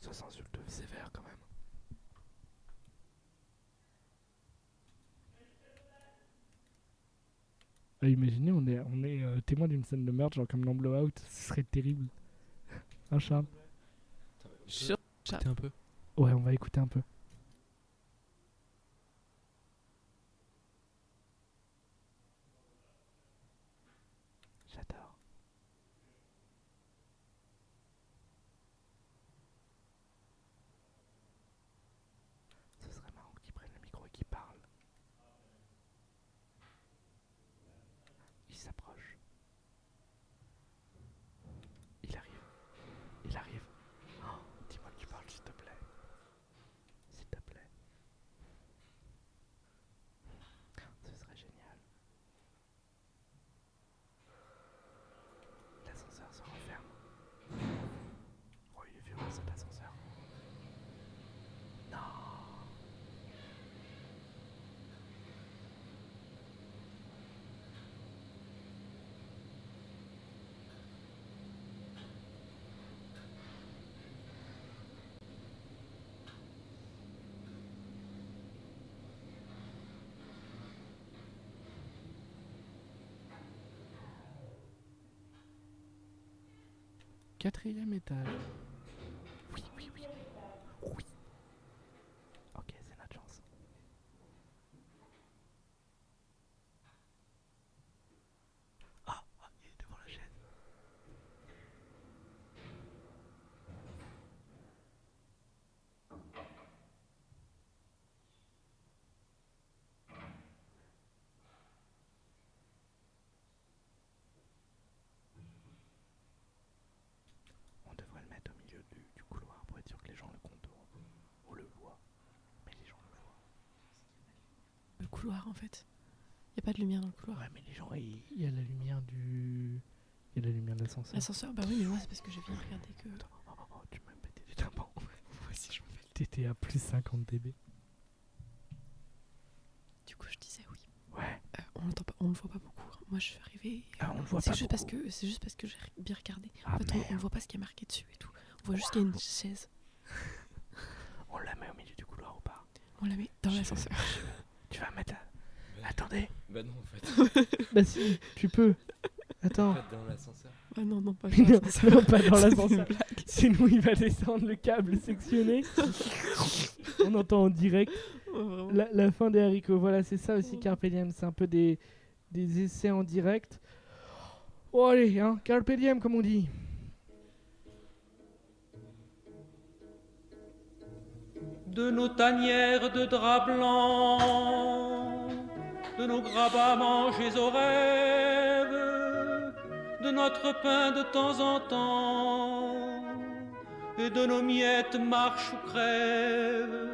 Ça s'insulte sévère quand même. Ah, imaginez, on est, on est euh, témoin d'une scène de meurtre, genre comme dans Blowout, ce serait terrible. Hein, Charles
Sur-
Écoutez un peu.
Ouais, on va écouter un peu. J'adore. Ce serait marrant qu'ils prennent le micro et qu'ils parlent. Il s'approche. Il arrive. Il arrive. Oh, Dis-moi que tu parles, s'il te plaît. S'il te plaît. Ce serait génial. L'ascenseur se renferme. Oh, il est violent cet ascenseur. Quatrième étage. Oui, oui, oui. Oui. Ok, c'est notre chance. Ah, ah, il est devant la chaise. On devrait le mettre au milieu du, du couloir pour être sûr que les gens le contournent. On le voit. Mais les gens le voient.
Le couloir, en fait. Il n'y a pas de lumière dans le couloir.
Ouais, mais les gens, il il y a la lumière du. Il y a la lumière de l'ascenseur.
L'ascenseur, bah oui, mais moi, c'est parce que j'ai bien regardé que.
Oh, oh, oh, tu m'as pété du [laughs] tympan.
Moi aussi, je me fais.
T'étais à plus 50 dB.
Du coup, je disais oui.
Ouais,
Euh, on l'entend pas, on le voit pas beaucoup. Moi, je suis arrivée. et,
Ah, on le voit
c'est
pas
juste parce
beaucoup.
que c'est juste parce que j'ai bien regardé.
Ah,
en fait, on, on voit pas ce qui est marqué dessus et tout. On voit juste qu'il y a une chaise.
on la met au milieu du couloir ou pas
On la met dans l'ascenseur.
Tu vas mettre. euh, Attendez.
Bah non, en [laughs] fait,
Bah si, tu peux. Attends.
dans l'ascenseur.
[laughs] Ah non, [laughs] non, pas dans
Non,
l'ascenseur.
non, pas dans
C'est une
l'ascenseur.
blague.
Sinon, il va descendre le câble sectionné. on entend en direct
[laughs] Ouais, vraiment.
la, la fin des haricots. Voilà, c'est ça aussi Carpe Diem. C'est un peu des, des essais en direct. Oh allez, hein, Carpe Diem comme on dit.
de nos tanières de drap blanc, de nos grabats mangés aux rêves, de notre pain de temps en temps, et de nos miettes marche ou crève,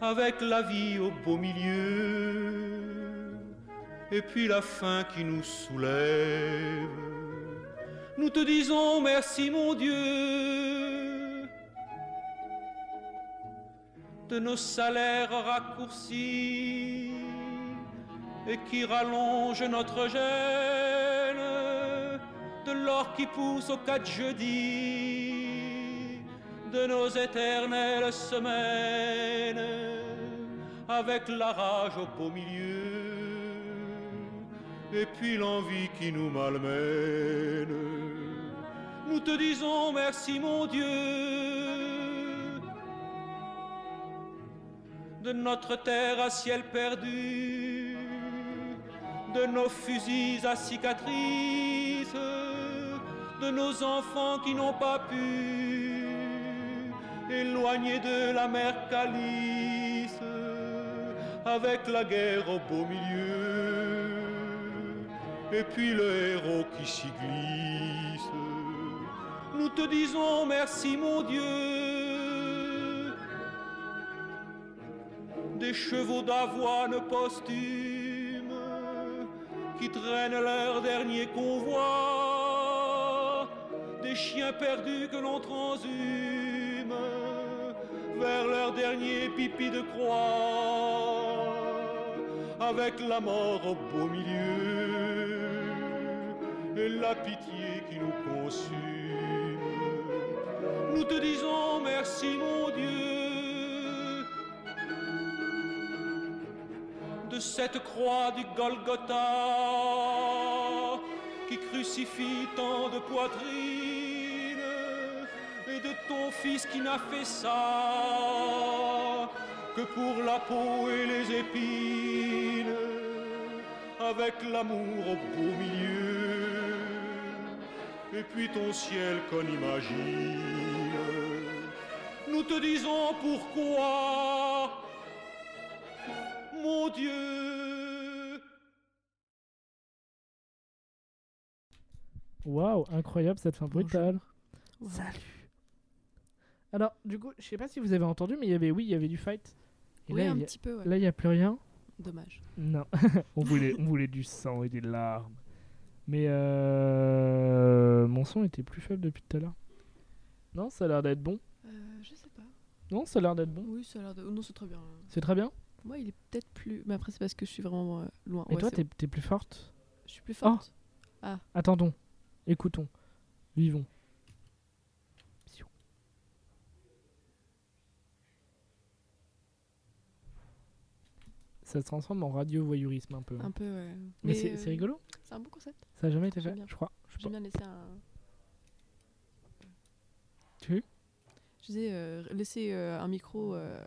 avec la vie au beau milieu, et puis la faim qui nous soulève. Nous te disons merci mon Dieu, de nos salaires raccourcis et qui rallongent notre gêne, de l'or qui pousse aux quatre jeudis, de nos éternelles semaines, avec la rage au beau milieu, et puis l'envie qui nous malmène. Nous te disons merci mon Dieu, de notre terre à ciel perdu, de nos fusils à cicatrices, de nos enfants qui n'ont pas pu éloigner de la mer Calice, avec la guerre au beau milieu, et puis le héros qui s'y glisse nous te disons merci mon Dieu. Des chevaux d'avoine posthumes qui traînent leur dernier convoi, des chiens perdus que l'on transhume vers leur dernier pipi de croix, avec la mort au beau milieu et la pitié qui nous consume. Nous te disons merci mon Dieu de cette croix du Golgotha qui crucifie tant de poitrines et de ton fils qui n'a fait ça que pour la peau et les épines avec l'amour au beau milieu. Et puis ton ciel qu'on imagine. Nous te disons pourquoi, mon Dieu.
Waouh, incroyable cette fin
Bonjour.
brutale.
Wow.
Alors, du coup, je sais pas si vous avez entendu, mais il y avait, oui, il y avait du fight. Et
Oui,
là,
un
il y a-
petit peu, ouais.
là, il n'y a plus rien.
Dommage.
[laughs] Non, on, voulait, on voulait du sang et des larmes. Mais euh, mon son était plus faible depuis tout à l'heure. Non, ça a l'air d'être bon.
Euh, je sais pas.
Non, ça a l'air d'être bon.
Oui, ça a l'air de. Non, c'est très bien.
C'est très bien.
Moi, il est peut-être plus. Mais après, c'est parce que je suis vraiment euh, loin.
Et
Ouais,
toi,
c'est
t'es t'es plus forte
bon. Je suis plus forte.
Attendons, écoutons, vivons. Ça se transforme en radio-voyeurisme un peu. hein.
Un peu, ouais.
Mais c'est
euh,
c'est rigolo.
Oh. C'est un bon concept.
Ça a jamais été
j'aime
fait,
bien.
je crois. Je sais
J'aime
pas.
bien laisser un.
Tu
Je disais, euh, laisser euh, un micro euh,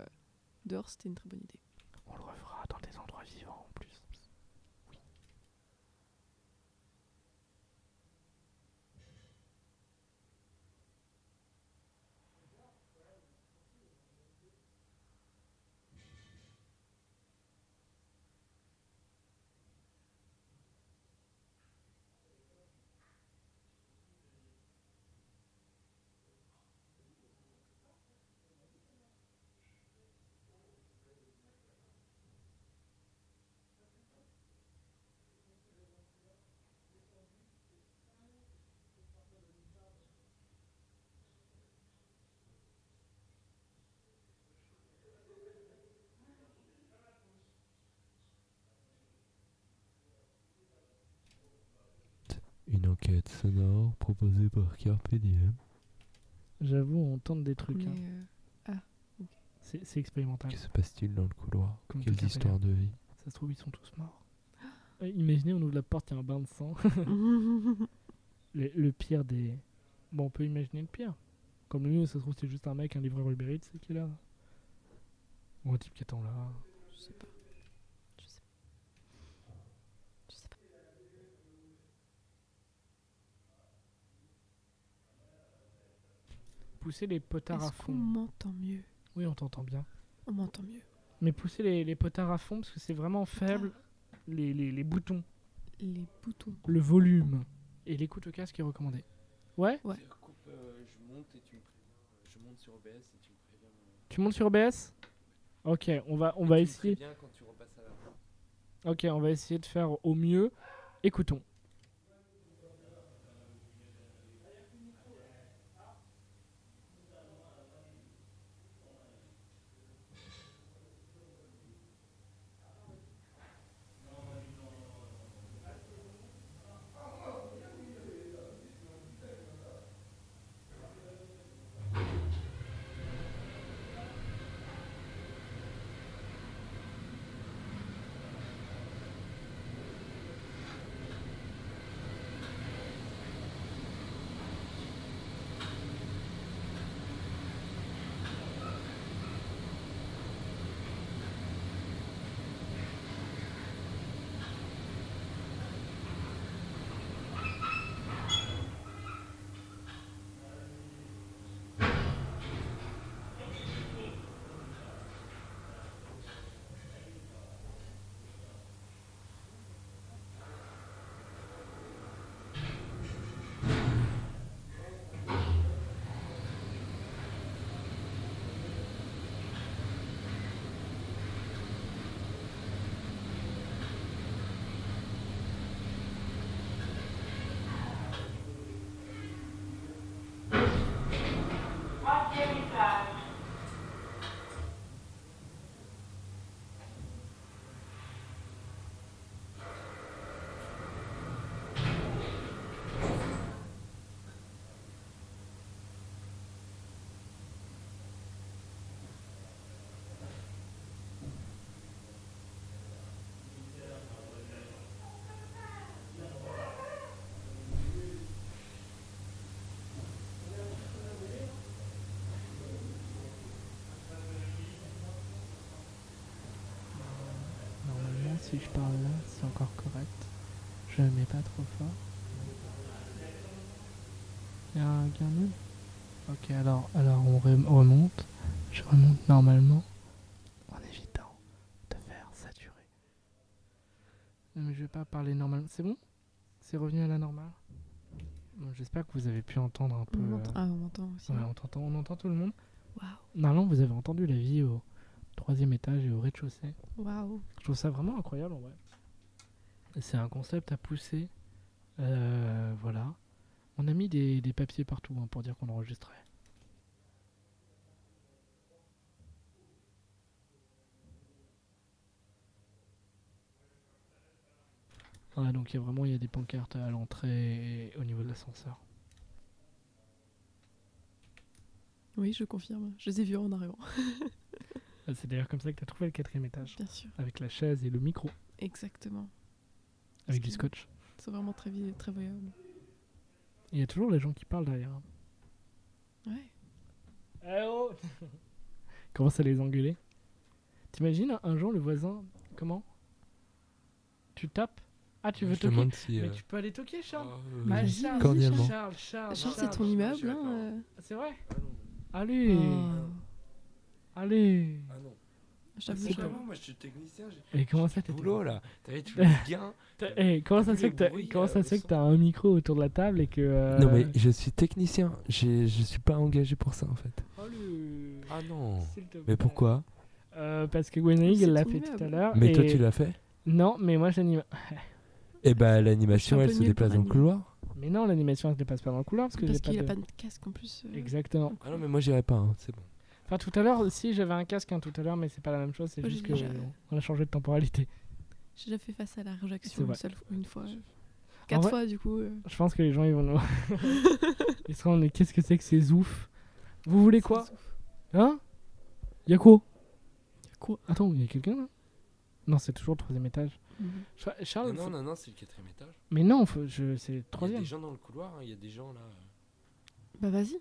dehors, c'était une très bonne idée.
On le refera dans des endroits vivants en plus.
Une enquête sonore proposée par Carpe Diem.
J'avoue, on tente des trucs. hein.
Mais, euh,
C'est c'est expérimental.
Que se passe-t-il dans le couloir
Comme tout
Quelles
Carpe
histoires de vie
Ça se trouve, ils sont tous morts. [gasps] Euh, Imaginez, on ouvre la porte, il y a un bain de
[laughs]
sang. le, le pire des. Bon, on peut imaginer le pire. Comme nous, ça se trouve, c'est juste un mec, un livreur Uber Eats qui est là. Ou un type qui attend là.
je sais pas. Je sais pas. Je sais pas.
Poussez les potards à
Est-ce qu'on
fond.
m'entend mieux
Oui, on t'entend bien.
On m'entend mieux.
Mais poussez les, les potards à fond parce que c'est vraiment faible. Les, les, les boutons,
Les boutons.
le volume et l'écoute au casque est recommandée. Ouais
euh, Je monte sur OBS et tu me préviens.
Tu montes sur OBS Ok, on va, on va essayer.
quand tu repasses à la
Ok, on va essayer de faire au mieux. Écoutons. si je parle là, c'est encore correct. Je mets pas trop fort. Il y a un gain nul Ok, alors, alors on rem- remonte. Je remonte normalement en évitant de faire saturer. Non, mais je vais pas parler normalement. C'est bon C'est revenu à la normale Bon, J'espère que vous avez pu entendre un peu.
On m'entend-
euh,
Ah, on m'entend aussi.
ouais, on, t'entend- on entend tout le monde.
Waouh.
Normalement, vous avez entendu la vie au troisième étage et au rez-de-chaussée.
Waouh.
Je trouve ça vraiment incroyable en vrai. Et C'est un concept à pousser. Euh, voilà. On a mis des, des papiers partout hein, pour dire qu'on enregistrait. Voilà, donc il y a vraiment il y a des pancartes à l'entrée et au niveau de l'ascenseur.
Oui, je confirme. Je les ai vus en arrivant. [laughs]
Ah, C'est d'ailleurs comme ça que tu as trouvé le quatrième étage.
Bien sûr.
Avec la chaise et le micro.
Exactement.
Avec
que-
du scotch.
C'est vraiment très, vi- très voyable.
Il y a toujours les gens qui parlent derrière. hein.
Ouais.
Eh oh. [laughs] commence à les engueuler. T'imagines un jour le voisin, comment Tu tapes Ah, tu veux
Je
toquer
demande si.
Mais
euh,
tu peux aller toquer, Charles
euh,
Ah,
oui.
Charles,
Cordialement.
Charles, Charles,
Charles, c'est
Charles.
ton immeuble, hein
C'est vrai
ah
euh.
Allez
Oh.
Allez
Ah non.
Je t'avoue,
C'est
je-
pas
Vraiment, moi je suis technicien, j'ai
Et comment ça
du
t'es
boulot là.
[laughs]
T'as vu, tu le gain.
T'as- eh, comment ça se
Tous les
fait que t'as-
bruits,
comment
euh,
ça se fait
le
que t'as un micro autour de la table et que... euh,
Non, mais je suis technicien, j'ai- je suis pas engagé pour ça en fait.
Allez,
Ah non.
Oh, s'il te plaît.
Mais pourquoi
Euh, Parce que Gwennaig,
C'est
elle l'a
ton
fait tout à
immeuble.
l'heure.
Mais toi
Ah, et-
tu l'as fait
Non, mais moi j'anime...
Eh bah l'animation
Je suis un
elle
peu
se
nulle
déplace
pour
dans le
animer.
couloir.
Mais non, l'animation, elle se dépasse pas dans le couloir parce que
Parce
j'ai pas
qu'il a
de-
pas de casque en plus. euh.
Exactement.
Ah non, mais moi j'irai pas, hein, c'est bon.
Enfin, tout à l'heure aussi, j'avais un casque hein, tout à l'heure, mais c'est pas la même chose, c'est
Moi,
juste
j'ai
que
déjà-
euh, on a changé de temporalité.
J'ai déjà fait face à la
C'est
réjection une,
vrai.
seule, une fois. euh. Quatre
vrai-
fois, du coup. euh.
Je pense que les gens ils vont nous. [laughs] ils seront, mais qu'est-ce que c'est que ces ouf Vous voulez quoi Hein Y'a quoi
quoi
Attends, y'a quelqu'un là Non, c'est toujours le troisième étage.
Mhm.
Cha- Charles, faut-
non, non, c'est le quatrième étage.
mais non, faut- je... c'est le
Il y a
Ah, troisième.
des gens dans le couloir, hein, il y a des gens là.
Bah, vas-y.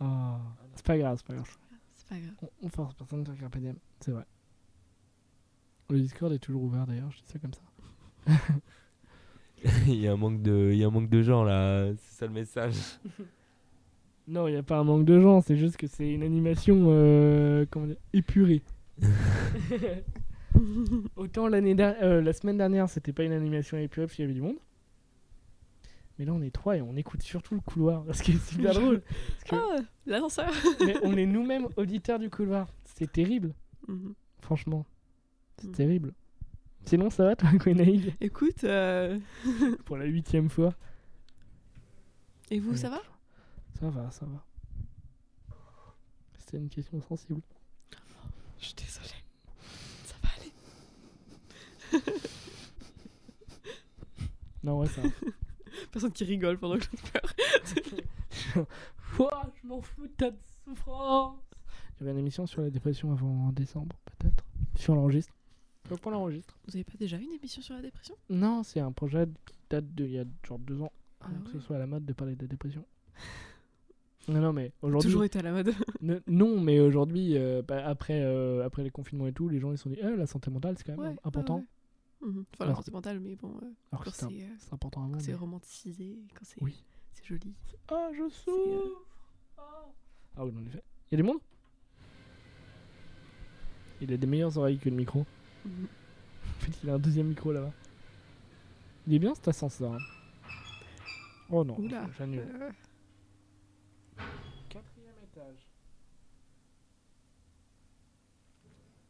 Ah non.
Ah, c'est pas grave, c'est pas grave.
C'est pas grave.
On, on force personne à faire PDM, c'est vrai. Le Discord est toujours ouvert d'ailleurs, je dis ça comme ça.
[laughs] Il y a un manque de, il y a un manque de gens là. C'est ça le message.
Non, il n'y a pas un manque de gens, c'est juste que c'est une animation euh, comment dire, épurée. Autant l'année der- euh, la semaine dernière, c'était pas une animation épurée parce qu'il y avait du monde. Mais là, on est trois et on écoute surtout le couloir, [laughs] ce qui est super drôle. Que-
[laughs] Ah,
[laughs]
l'ascenseur
Mais on est nous-mêmes auditeurs du couloir. C'est terrible,
Mhm.
franchement. C'est
Mm.
terrible. Sinon, ça va, toi, Gwenaïg,
Écoute, euh,
pour la huitième fois
et vous,
Ouais.
ça va
Ça va, ça va. C'était une question sensible.
Je suis désolée. Ça va aller.
Non, ouais, ça
[laughs]
va.
Personne qui rigole pendant que je pleure.
Ouah, je m'en fous de ta souffrance. Il y avait une émission sur la dépression avant en décembre, peut-être. Si on l'enregistre. Donc on l'enregistre.
Vous avez pas déjà eu une émission sur la dépression
Non, c'est un projet qui date d'il y a genre deux ans.
Ah
avant que ce
ouais.
soit à la mode de parler de la dépression. Non, non, mais aujourd'hui.
Toujours été à la mode.
Ne- non, mais aujourd'hui, euh, bah, après, euh, après les confinements et tout, les gens ils se sont dit eh, la santé mentale c'est quand même important.
ouais. Mhm. Enfin,
Alors
la
que-
santé mentale, mais bon, euh,
Alors que
quand
c'est un-
c'est euh,
c'est important avant.
quand c'est
Ah, mais-
romantisé, quand c'est
Oui.
c'est joli.
Ah, je
C'est, euh,
souffre. Ah oui, en effet. Il y a du monde Il a des meilleures oreilles que le micro.
Mhm.
En fait, il a un deuxième micro là-bas. Il est bien cet ascenseur. hein. Oh non,
Oula.
j- j'annule.
euh,
Quatrième étage.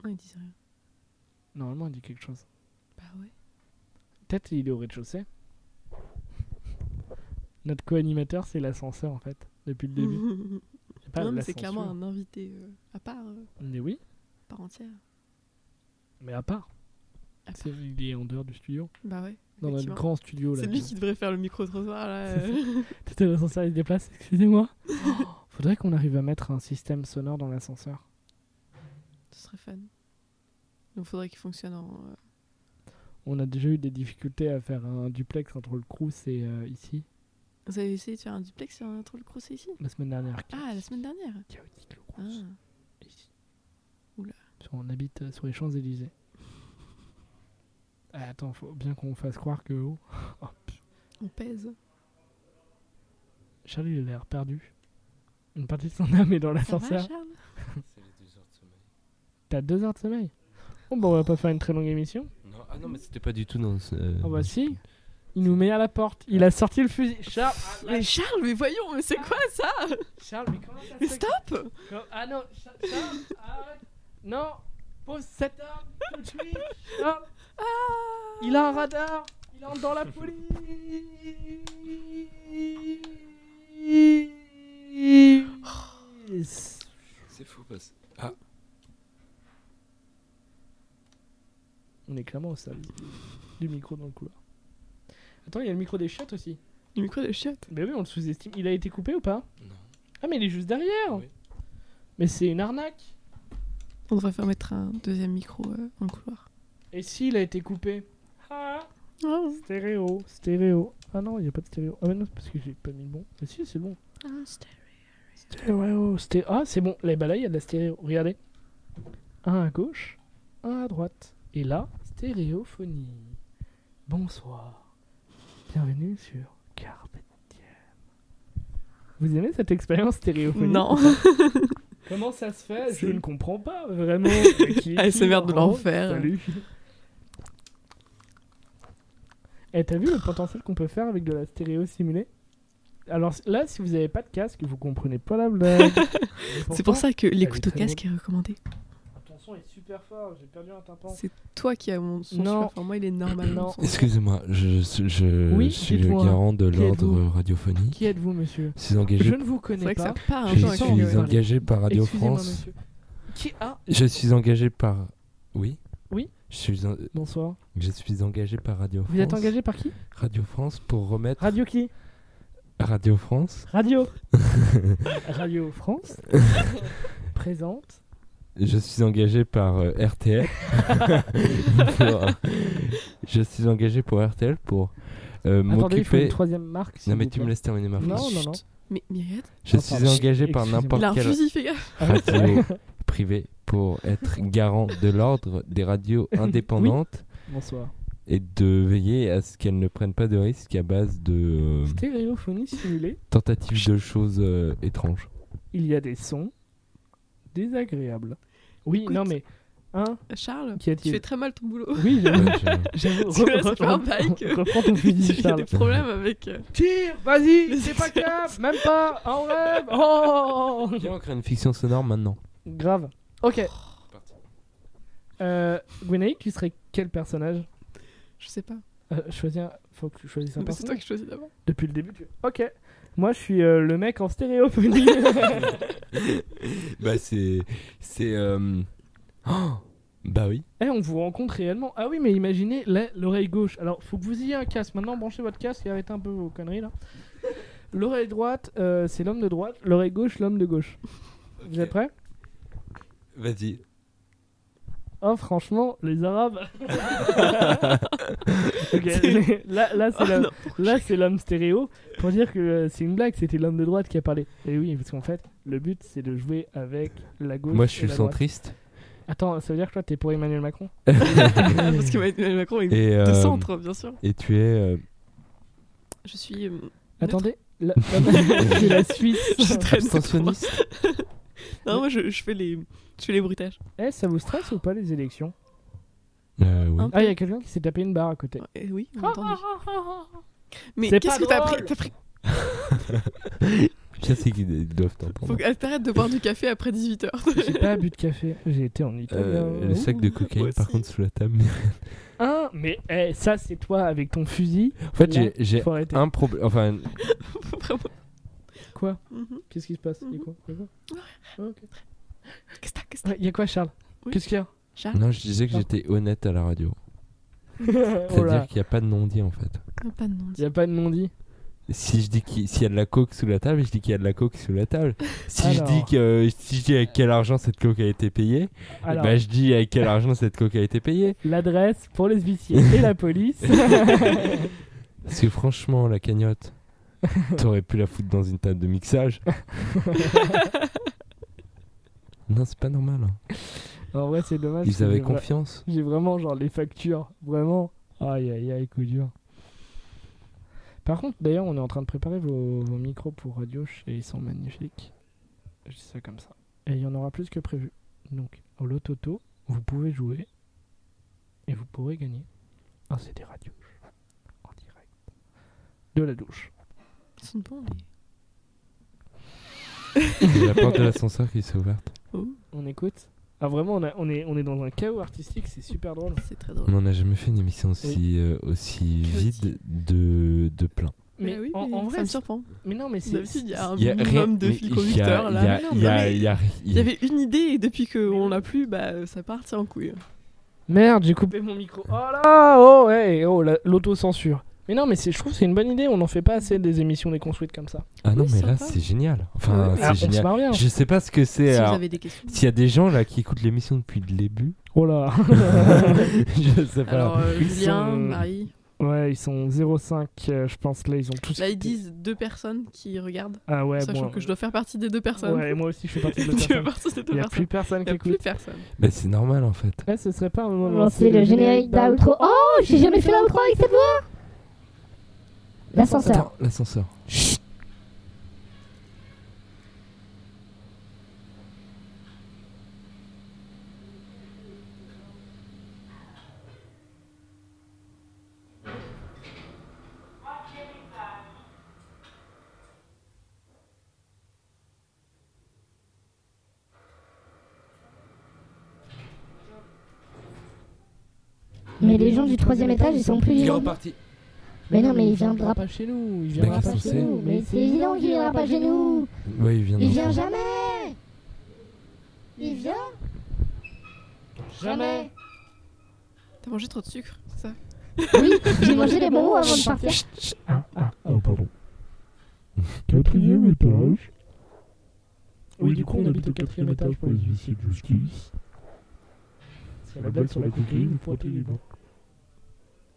Non, ils disent rien.
Normalement, il dit quelque chose.
Bah ouais.
Peut-être il est au rez-de-chaussée. Notre co-animateur, c'est l'ascenseur en fait, depuis le début.
[laughs]
Il y a pas
non, mais c'est
l'ascenseur.
clairement un invité euh, à part, euh,
Mais oui,
part entière.
mais à part.
À
C'est- Il est en dehors du studio.
Bah ouais.
Dans notre
effectivement.
grand studio là.
C'est lui qui devrait faire le micro-trottoir
[laughs]
là. euh.
Peut-être l'ascenseur il se déplace, excusez-moi. Oh, faudrait qu'on arrive à mettre un système sonore dans l'ascenseur.
Ce serait fun. Donc faudrait qu'il fonctionne en. euh,
On a déjà eu des difficultés à faire un duplex entre le Crous et euh, ici,
Vous avez essayé de faire un duplex sur un trou le crossé ici
la semaine dernière.
Ah, la semaine dernière
Chaotique, le
Ah,
Crous, et ici.
Oula.
Sur- On habite euh, sur les Champs-Élysées. Ah, attends, faut bien qu'on fasse croire que. oh, oh, pff.
On pèse.
Charlie, il a l'air perdu. Une partie de son âme est dans
Ça va,
l'ascenseur.
Charles
T'as deux heures de sommeil. Bon, bah, on va pas faire une très longue émission.
Non, ah non, euh, mais c'était pas du tout dans ce.
Ah, bah, si. Il nous met à la porte. Il a sorti le fusil. Charles, ah,
Mais Charles, mais voyons, mais c'est quoi
[laughs]
ça
Charles, mais comment ça se
Mais
fait
stop
que- com- Ah non, Cha- Charles, arrête. Non, pose cette arme tout de suite. Charles, il a un radar. Il entre dans la police.
Oh.
C'est faux parce Ah,
On est clairement au service du micro dans le couloir. Attends, il y a le micro des chiottes aussi.
Le micro de chiottes.
Mais oui, on le sous-estime. Il a été coupé ou pas
Non.
Ah, mais il est juste derrière
Oui.
Mais c'est une arnaque
On devrait faire mettre un deuxième micro euh, dans le couloir.
Et s'il a été coupé Ah
Oh,
Stéréo, stéréo. Ah non, il n'y a pas de stéréo. Ah, mais non, c'est parce que j'ai pas mis le bon. Mais si, c'est bon. Stéréo, sté- Ah, c'est bon. Là, bah là, il y a de la stéréo. Regardez. Un à gauche, un à droite. Et là, stéréophonie. Bonsoir. Bienvenue sur Carpe Diem. Vous aimez cette expérience stéréophonie
non, [laughs]
Comment ça se fait Je
C'est-
ne comprends pas vraiment.
[laughs]
Qui- qui-
ASMR de
oh,
l'enfer.
Salut. Et Eh, t'as vu le potentiel qu'on peut faire avec de la stéréo simulée Alors là, si vous n'avez pas de casque, vous comprenez pas la
[laughs]
blague. Mais
c'est pour
pourtant,
ça que l'écoute
Elle est
au
très
casque est recommandée.
Ton son est super fort, j'ai perdu un tympan.
C'est toi qui as mon son
Non.
super fort. Moi, il est normal.
Non.
mon son.
excusez-moi, je, je- je
Oui,
suis le
dites-moi,
garant de
qui êtes-vous
l'ordre radiophonique.
Qui êtes-vous, monsieur
Je suis
Je
engagé,
ne vous
C'est
connais
vrai que ça
pas.
part un
je
peu
j'entends
suis
que-
avec-
engagé par Radio
Excusez-moi,
France.
monsieur. Qui a
Je suis engagé par. Oui.
Oui.
Je suis, en-
Bonsoir.
je suis engagé par Radio France.
Vous êtes engagé par qui
Radio France pour remettre
Radio qui
Radio France. [laughs]
Radio. Radio France présente
Je suis engagé par euh, RTL.
[laughs]
pour- je suis engagé pour RTL pour euh,
Attendez, il faut une
m'occuper.
troisième marque. s'il
Non mais
vous
tu me
plaît.
laisses terminer ma
Non,
phrase.
non, non.
Mais Myriad,
Je
Enfin,
suis engagé par
excusez-moi.
il a un
n'importe quelle
fusil, fais gaffe.
Ah oui, c'est vrai.
radio privée pour être garant de l'ordre des radios indépendantes
Bonsoir.
et de veiller à ce qu'elles ne prennent pas de risques à base de euh,
Stéréophonie simulée.
tentatives de choses euh, étranges.
Il y a des sons désagréables. Oui,
Écoute.
non mais hein,
Euh, Charles,
Qui a-t-il
tu fais très mal ton boulot.
[laughs] oui,
Ouais,
j'avoue.
je-
j'avoue.
Tu
Re-
vas faire un
re-
bike.
Reprends [laughs] ton fusil,
[laughs] Il y a
Charles.
des problèmes avec. euh,
Tire, vas-y,
Mais
c'est
c'est
pas
ça.
cap, même pas, en rêve. [laughs] Oh,
Viens, on crée une fiction sonore maintenant.
grave. Ok. Euh, Gwenaï, tu serais quel personnage
Je sais pas.
euh, Choisis un. Faut que tu choisisses un
Mais c'est toi
personnage.
qui choisis d'abord.
Depuis le début, tu. Ok. Moi, je suis euh, le mec en stéréophonie. [laughs]
bah c'est c'est euh, oh, bah oui.
Eh, on vous rencontre réellement. Ah oui, mais imaginez la- l'oreille gauche. Alors, faut que vous ayez un casque. Maintenant, branchez votre casque et arrêtez un peu vos conneries là. L'oreille droite, euh, c'est l'homme de droite. L'oreille gauche, l'homme de gauche. Vous êtes prêts
Vas-y.
Oh, franchement, les Arabes. Ok, [laughs] mais là, là, c'est
Oh
la-
non.
là, c'est l'homme stéréo. Pour dire que euh, c'est une blague, c'était l'homme de droite qui a parlé. Et oui, parce qu'en fait, le but, c'est de jouer avec la gauche.
Moi je
et
suis le
la droite.
centriste.
Attends, ça veut dire que toi, t'es pour Emmanuel Macron
Ah, [laughs] Parce que Emmanuel Macron est
Et
de
euh,
centre, bien sûr.
et tu es euh,
Je suis.
[laughs]
euh,
Attendez,
[laughs]
la, la, c'est la Suisse.
Je suis très
abstentionniste.
[laughs] Non, moi je, je fais les, je fais les bruitages.
Eh, ça vous stresse ou pas les élections
Euh, oui.
Un
Ah, il y a
peu.
quelqu'un qui s'est tapé une barre à côté.
Eh oui,
Ah,
on a entendu. Mais
C'est
qu'est-ce
pas
que t'as
drôle.
pris, t'as pris
Je sais qu'ils doivent
Faut
t'entendre.
que t'arrêtes de boire du café après 18h.
[laughs]
[laughs]
J'ai pas bu de café, j'ai été en Italie.
Euh, le sac de cocaïne
Moi
par
aussi.
contre sous la table.
Hein, mais eh, ça, c'est toi avec ton fusil.
en fait j'ai-
Là,
j'ai
Faut arrêter.
un problème. Enfin
Vraiment.
Quoi
Mhm.
Qu'est-ce qui se passe Il y a
Mhm.
quoi Il y a quoi Ok.
Qu'est-ce que t'as, qu'est-ce que
Ouais, Il y a quoi, Charles
Oui.
Qu'est-ce qu'il
[laughs]
y a
Charles
non je disais que j'étais honnête à la radio.
Oh
C'est-à-dire
là,
qu'il n'y a pas de non-dit en fait.
t'as Pas de nom.
il y a pas de non-dit.
Si je dis qu'il s'il y a de la coke sous la table, je dis qu'il y a de la coke sous la table. Si
Alors.
je dis que euh, si je dis avec quel argent cette coke a été payée, Eh
Alors,
Bah, je dis avec quel argent cette coque a été payée.
l'adresse pour les huissiers et la
[laughs]
police.
Parce que franchement, la
[laughs]
cagnotte, t'aurais pu la foutre dans une table de mixage. non, c'est pas normal. hein.
En vrai, Ah, c'est dommage. parce
Ils
que
avaient
j'ai vra-
confiance.
J'ai vraiment, genre, les factures. Vraiment. Aïe, aïe, aïe, coup dur. Par contre, d'ailleurs, on est en train de préparer vos, vos micros pour Radio et ils sont magnifiques. Je dis ça comme ça. Et il y en aura plus que prévu. Donc, au lototo, vous pouvez jouer et vous pourrez gagner un CD Radio en direct de la douche.
Ils sont bons, les-
Il y a la porte de l'ascenseur qui s'est ouverte.
On écoute Ah, vraiment, on, a- on est, on est dans un chaos artistique, c'est super drôle.
c'est très
On
drôle.
n'en a jamais fait une émission aussi, euh, aussi
Chaotique.
vide de, de plein.
Mais,
Eh oui,
en, en
mais
vrai,
ça me
c'est-
surprend.
mais non, mais c'est.
D'habitude, il y a un
Il y a rien-
minimum de
mais
fil
il y a-
conducteur. là.
il y a-
Mais non,
Il y a-
mais
il y a-
il y avait une idée et depuis qu'on l'a plus, bah, ça part en couille.
Merde, j'ai coupé mon micro. Oh là, oh ouais, oh la- l'autocensure. Mais non, mais c'est, je trouve que c'est une bonne idée. On n'en fait pas assez des émissions déconstruites comme ça.
Ah non,
Oui,
mais là,
sympa.
c'est génial. Enfin,
Ouais,
Ah,
c'est
on se
génial.
marre bien.
Je sais pas ce que
Si
c'est.
vous
alors,
avez des questions.
S'il y a des gens là qui écoutent l'émission depuis le début, [laughs]
Oh là. [laughs]
je sais pas.
Alors, euh,
Ils
Julien,
sont-
Marie,
ouais, ils sont 0,5. euh, je pense là, ils ont tous.
là, ils disent deux personnes qui regardent,
Ah ouais,
sachant
bon,
que je dois faire partie des deux personnes. [laughs]
Ouais, moi aussi, je fais partie de la
tu fais
personne.
partie des deux
Il n'y a
personnes.
plus personne
Il
qui
n'y a plus
écoute.
personne.
Mais c'est normal en fait.
Là, ce serait pas un moment. de
Lancer le générique d'outro. Oh, j'ai jamais fait l'outro avec cette voix L'ascenseur.
Attends, l'ascenseur.
Mais les gens du troisième étage, ils sont plus vivants.
reparti.
Mais non, mais il viendra pas.
pas chez nous. Il
viendra
viendra pas
Mec, pas chez
chez
Bah, c'est-
nous.
Mais c'est évident qu'il viendra pas chez nous.
Ouais, il vient.
Il
d'entrer.
vient jamais. Il vient jamais.
T'as mangé trop de sucre, c'est ça
Oui, j'ai mangé les bons mots avant de partir.
Ah, pardon. Quatrième étage.
Mmh. Oui, du coup, on habite au quatrième étage pour les huissiers.
de justice.
Parce qu'il y a la blague sur la cocaïne, il faut être libre.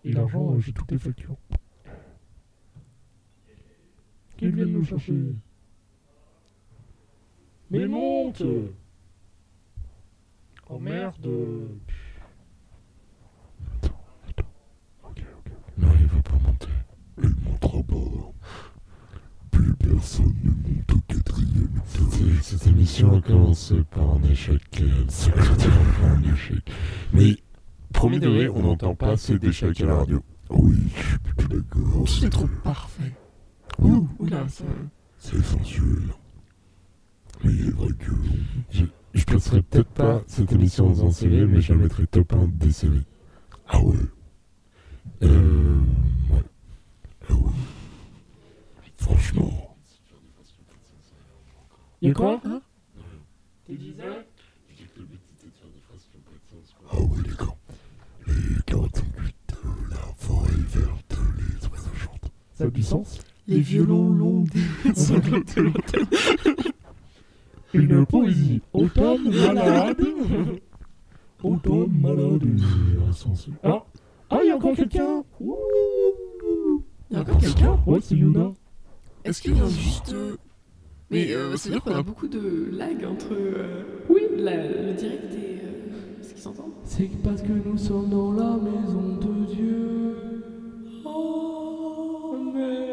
Et
euh,
l'argent, j'ai toutes les factures. Qu'ils viennent nous chercher.
Mais monte
Oh merde
N'arrive pas monter.
Cette émission a commencé par un échec, euh, ça a été enfin un échec. Mais, premier degré, on n'entend pas assez d'échecs à la radio. Oui, je suis plutôt d'accord. C'est trop parfait. Ouh, là, ça... C'est sensuel. Mais il est vrai que... Je, je placerai peut-être pas cette émission dans un CV, mais je la mettrai top 1 des CV. Ah ouais. Euh... Ouais. Ah ouais. Franchement...
Il y a quoi
Hein
Ah oui, les gars. Les 48, euh, la forêt verte, les oiseaux chantent.
Ça a du sens
Les violons longs
[laughs] Une poésie. [laughs] Automne malade. Automne malade. Insensé. Ah, ah, il y a encore quelqu'un.
Il y a encore quelqu'un
Ouais, c'est Yuna.
Est-ce qu'il y a juste. euh, Mais euh, ça veut dire qu'on a beaucoup de lag entre. Oui Le direct et. euh, Ce qu'ils s'entendent
C'est parce que nous sommes dans la maison de Dieu. Oh, mais...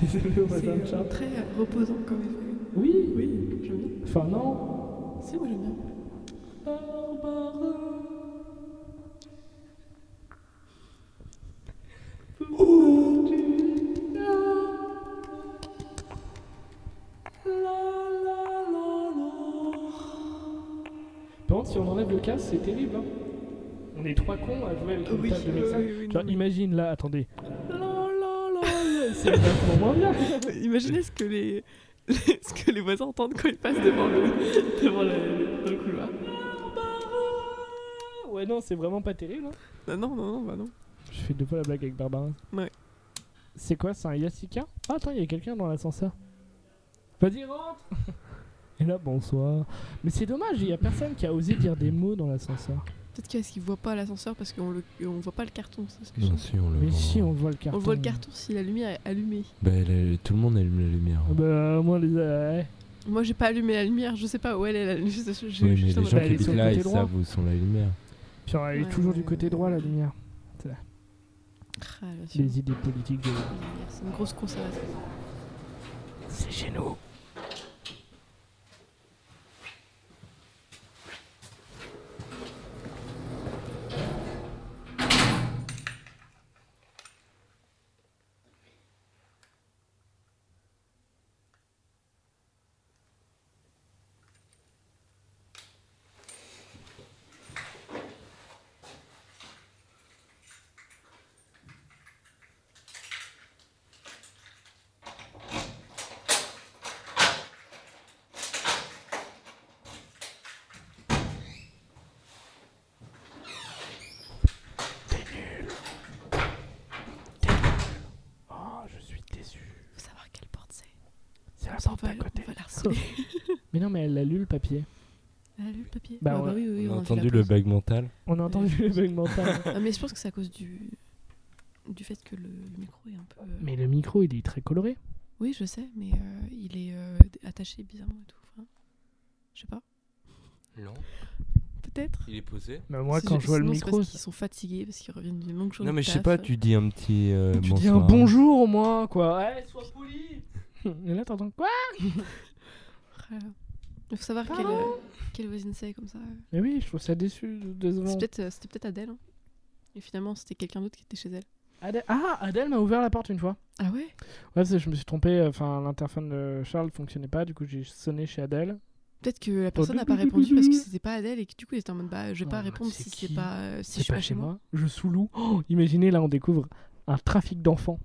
Désolé, au
C'est
hasard,
euh,
Charles.
très euh, reposant comme effet.
Oui, oui.
J'aime bien.
Enfin, non.
Si, moi j'aime bien.
Par contre, si on enlève le casque, c'est terrible. hein. On est trois cons à jouer avec une
Oui,
table de
oui,
mixage.
oui, oui,
Genre,
non, mais-
imagine là, attendez. C'est vachement moins
[laughs]
bien.
Imaginez ce que les. [laughs] ce que les voisins entendent quand ils passent devant le, devant le, dans le couloir.
Ouais, non, c'est vraiment pas terrible. hein.
Non, non, non, non, bah non.
Je fais deux fois la blague avec Barbara.
Ouais.
C'est quoi, c'est un Yassika Ah, attends, il y a quelqu'un dans l'ascenseur. Vas-y, rentre [laughs] Et là, bonsoir. Mais c'est dommage, il y a personne qui a osé dire des mots dans l'ascenseur.
Peut-être qu'est-ce qu'ils voient pas l'ascenseur parce qu'on le, on voit pas le carton. c'est ce que je
Non,
pense.
si, on le
Mais
voit.
si, on voit le
on
carton.
voit le carton si la lumière est allumée.
Bah, la- tout le monde allume la lumière.
Ah Bah, au moins, les. euh, ouais.
Moi, j'ai pas allumé la lumière, je sais pas où elle est. La... lumière.
Oui, mais les gens
bah, elle
qui
est
habitent
sur le
là,
côté
ils
droit.
savent où sont la lumière.
Puis elle est
Ouais,
toujours du
ouais,
côté
ouais.
droit, la lumière.
Ah, la suite.
Les idées politiques de...
C'est une grosse conservatrice.
C'est chez nous. Oh, je suis déçu.
Faut savoir quelle porte c'est.
C'est la
On
porte
va,
à
on
côté.
va la harceler.
Mais non, mais elle a lu le papier.
Elle a lu le papier
Bah,
Ah
ouais.
oui, oui,
on a
a fait
entendu
la
le
pause.
bug mental.
On a entendu le [laughs] bug mental.
[laughs] Ah, mais je pense que c'est à cause du du fait que le, le micro est un peu. euh,
Mais le micro, il est très coloré.
Oui, je sais, mais euh, il est euh, attaché bizarrement et tout. Enfin, je sais pas.
Non,
Peut-être.
il est posé.
Mais moi,
Si
quand
je-
je vois le
sinon, c'est
micro,
parce qu'ils sont fatigués parce qu'ils reviennent d'une longue journée.
Non, mais
de
je sais
taf.
pas, tu dis un petit. euh,
tu dis un
bonsoir.
bonjour au moins, quoi. Ouais, sois
[laughs]
poli. Et là, t'entends quoi
Ouais. Il faut savoir quelle,
Pardon
euh, quelle voisine c'est comme ça.
Mais oui, je trouve ça déçu, décevant.
C'est peut-être, euh, C'était peut-être Adèle. hein. Et finalement, c'était quelqu'un d'autre qui était chez elle.
Adèle- Ah, Adèle m'a ouvert la porte une fois.
Ah ouais
Ouais, parce que je me suis trompé. euh, Enfin, l'interphone de Charles fonctionnait pas. Du coup, j'ai sonné chez Adèle.
Peut-être que la
bah
personne n'a pas répondu parce que c'était pas Adèle et que du coup, elle était en mode bah, je vais
Oh,
pas répondre
c'est
si
qui
c'est pas, euh, si je suis pas chez moi.
Je sous-loue. Oh, imaginez, là, on découvre un trafic d'enfants.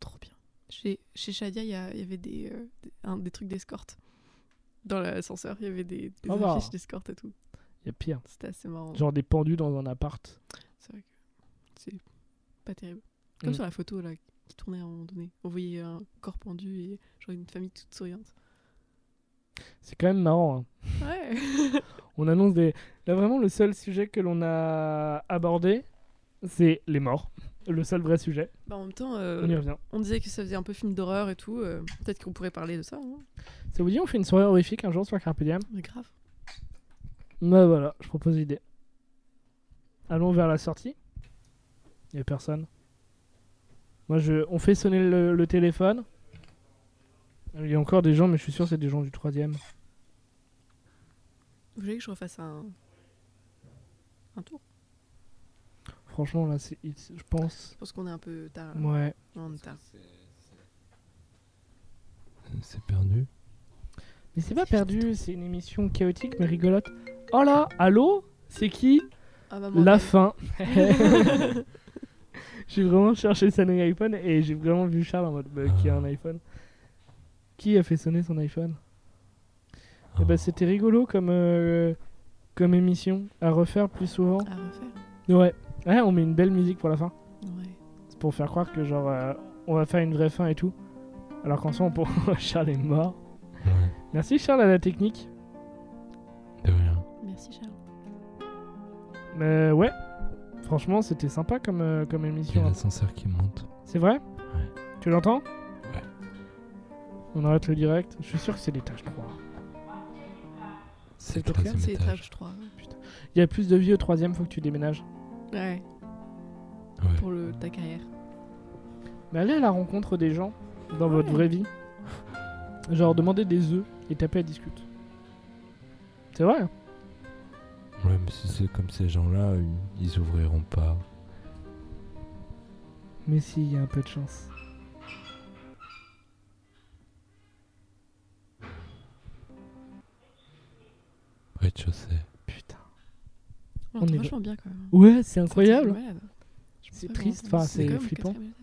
Trop bien. Chez, chez Shadia, il y, a- il y avait des, euh, des, un- des trucs d'escorte. Dans l'ascenseur, il y avait des, des
Ah bah.
affiches d'escorte et tout.
Il y a pire.
C'était assez marrant.
Genre des pendus dans un appart.
C'est vrai que c'est pas terrible. Comme
Mm.
sur la photo là, qui tournait à un moment donné. On voyait un corps pendu et genre une famille toute souriante.
C'est quand même marrant. hein.
Ouais.
On annonce des. Là, vraiment, le seul sujet que l'on a abordé, c'est les morts. Le seul vrai sujet.
[laughs] bah, en même temps,
On y
euh,
revient.
on disait que ça faisait un peu film d'horreur et tout. euh, Peut-être qu'on pourrait parler de ça. hein.
Ça vous dit, on fait une soirée horrifique un jour sur Carpe Diem
Mais grave.
Bah voilà, je propose l'idée. Allons vers la sortie. Il a personne. Moi, je... on fait sonner le, le téléphone. Il y a encore des gens, mais je suis sûr que c'est des gens du troisième.
Vous voulez que je refasse un. un tour
Franchement, là, c'est... il- je pense.
Je pense qu'on est un peu tard. là.
Ouais.
Non, on est tard.
C'est perdu.
Mais c'est pas perdu, c'est une émission chaotique mais rigolote. Oh là, allô C'est qui
Ah, maman,
La
elle-
fin. [laughs] j'ai vraiment cherché son iPhone et j'ai vraiment vu Charles en mode bah, qui a un iPhone. Qui a fait sonner son iPhone Eh ben, c'était rigolo comme, euh, comme émission à refaire plus souvent.
À refaire.
Ouais. Ouais, on met une belle musique pour la fin.
Ouais.
C'est pour faire croire que genre euh, on va faire une vraie fin et tout. Alors qu'en soi, on [laughs] pour- Charles est mort.
Ah, Ouais,
Merci Charles à la technique.
de rien.
Merci Charles.
Mais ouais, franchement, c'était sympa comme, euh, comme
Il y a
émission.
l'ascenseur qui monte.
C'est vrai Tu l'entends
Ouais.
On arrête le direct. Je suis sûr que c'est l'étage 3.
C'est
le
le
troisième
troisième
C'est
étage.
étage 3. ouais.
Il y a plus de vieux au troisième, faut que tu déménages.
Ouais.
Ouais.
Pour le, ta carrière.
Mais allez à la rencontre des gens dans votre vraie vie. Genre demander des œufs et taper à discute. C'est vrai. hein.
Ouais, mais si c'est comme ces gens-là, ils- ils ouvriront pas.
Mais si, il y a un peu de chance.
Rez-de-chaussée.
Putain.
On
On est
est
va-
vachement bien quand même.
Ouais, c'est
C'est
incroyable.
malade. Je
C'est
pensais pas
triste,
qu'on entendait
enfin,
ça.
c'est
quand même au
flippant.
quatrième étage.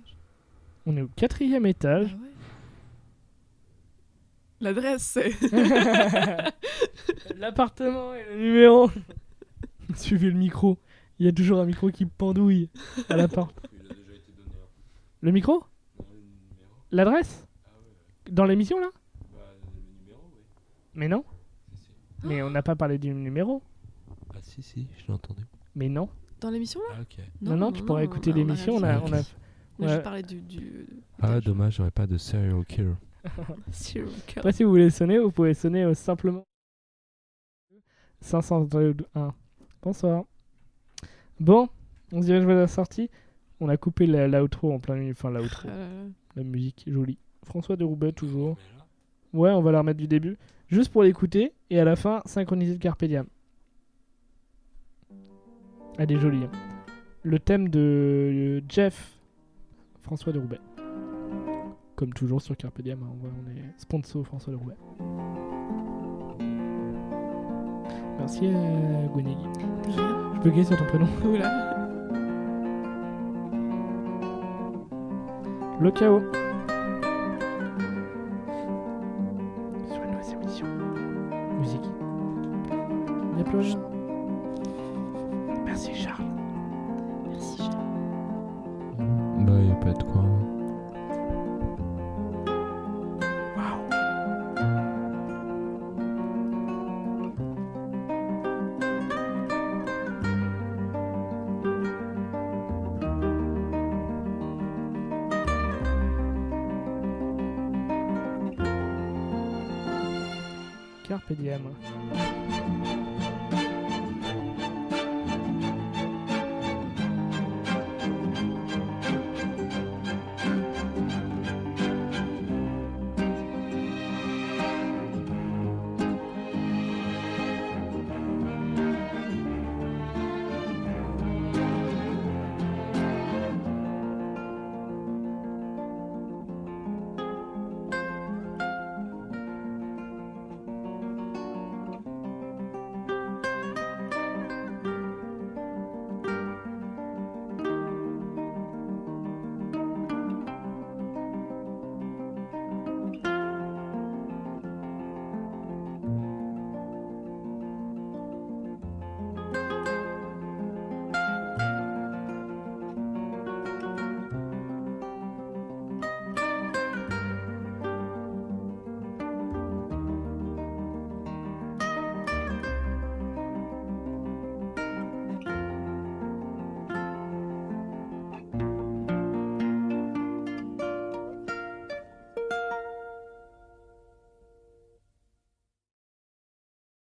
On est au quatrième étage.
Ah ouais. L'adresse, euh, c'est.
[laughs] L'appartement et le numéro. [laughs] Suivez le micro. Il y a toujours un micro qui pendouille à la porte. Le micro L'adresse Dans l'émission là Mais non. Mais on n'a pas parlé du numéro.
Ah si, si, je l'ai entendu.
Mais non.
[laughs] Dans l'émission là
Ah ok.
Non, non, tu pourrais écouter
Bah, on a
l'émission. On a,
rien
dit.
on a...
dit. Non,
ouais.
Je parlais du. [laughs] du
Ah
étage.
dommage, j'aurais pas de serial killer.
Sur le cœur.
Après, si vous voulez sonner, vous pouvez sonner euh, simplement 501. Bonsoir. Bon, on se dirige vers la sortie. On a coupé la- l'outro en plein milieu. Enfin, l'outro,
Ah là là.
la musique, jolie. François de Roubaix, toujours. Ouais, on va la remettre du début. Juste pour l'écouter et à la fin, synchroniser le Carpe Diem. Elle est jolie. hein. Le thème de euh, Jeff, François de Roubaix. Comme toujours sur Carpe Diem, hein, on voit, on est sponsor François de Roubaix. Merci à Gwenegui. Je buguais sur ton prénom.
Oula.
Le chaos. Sur une nouvelle émission. Musique. Il n'y a plus rien. Merci Charles.
Merci, Charles.
Bah, y a pas de quoi.
Carpe diem.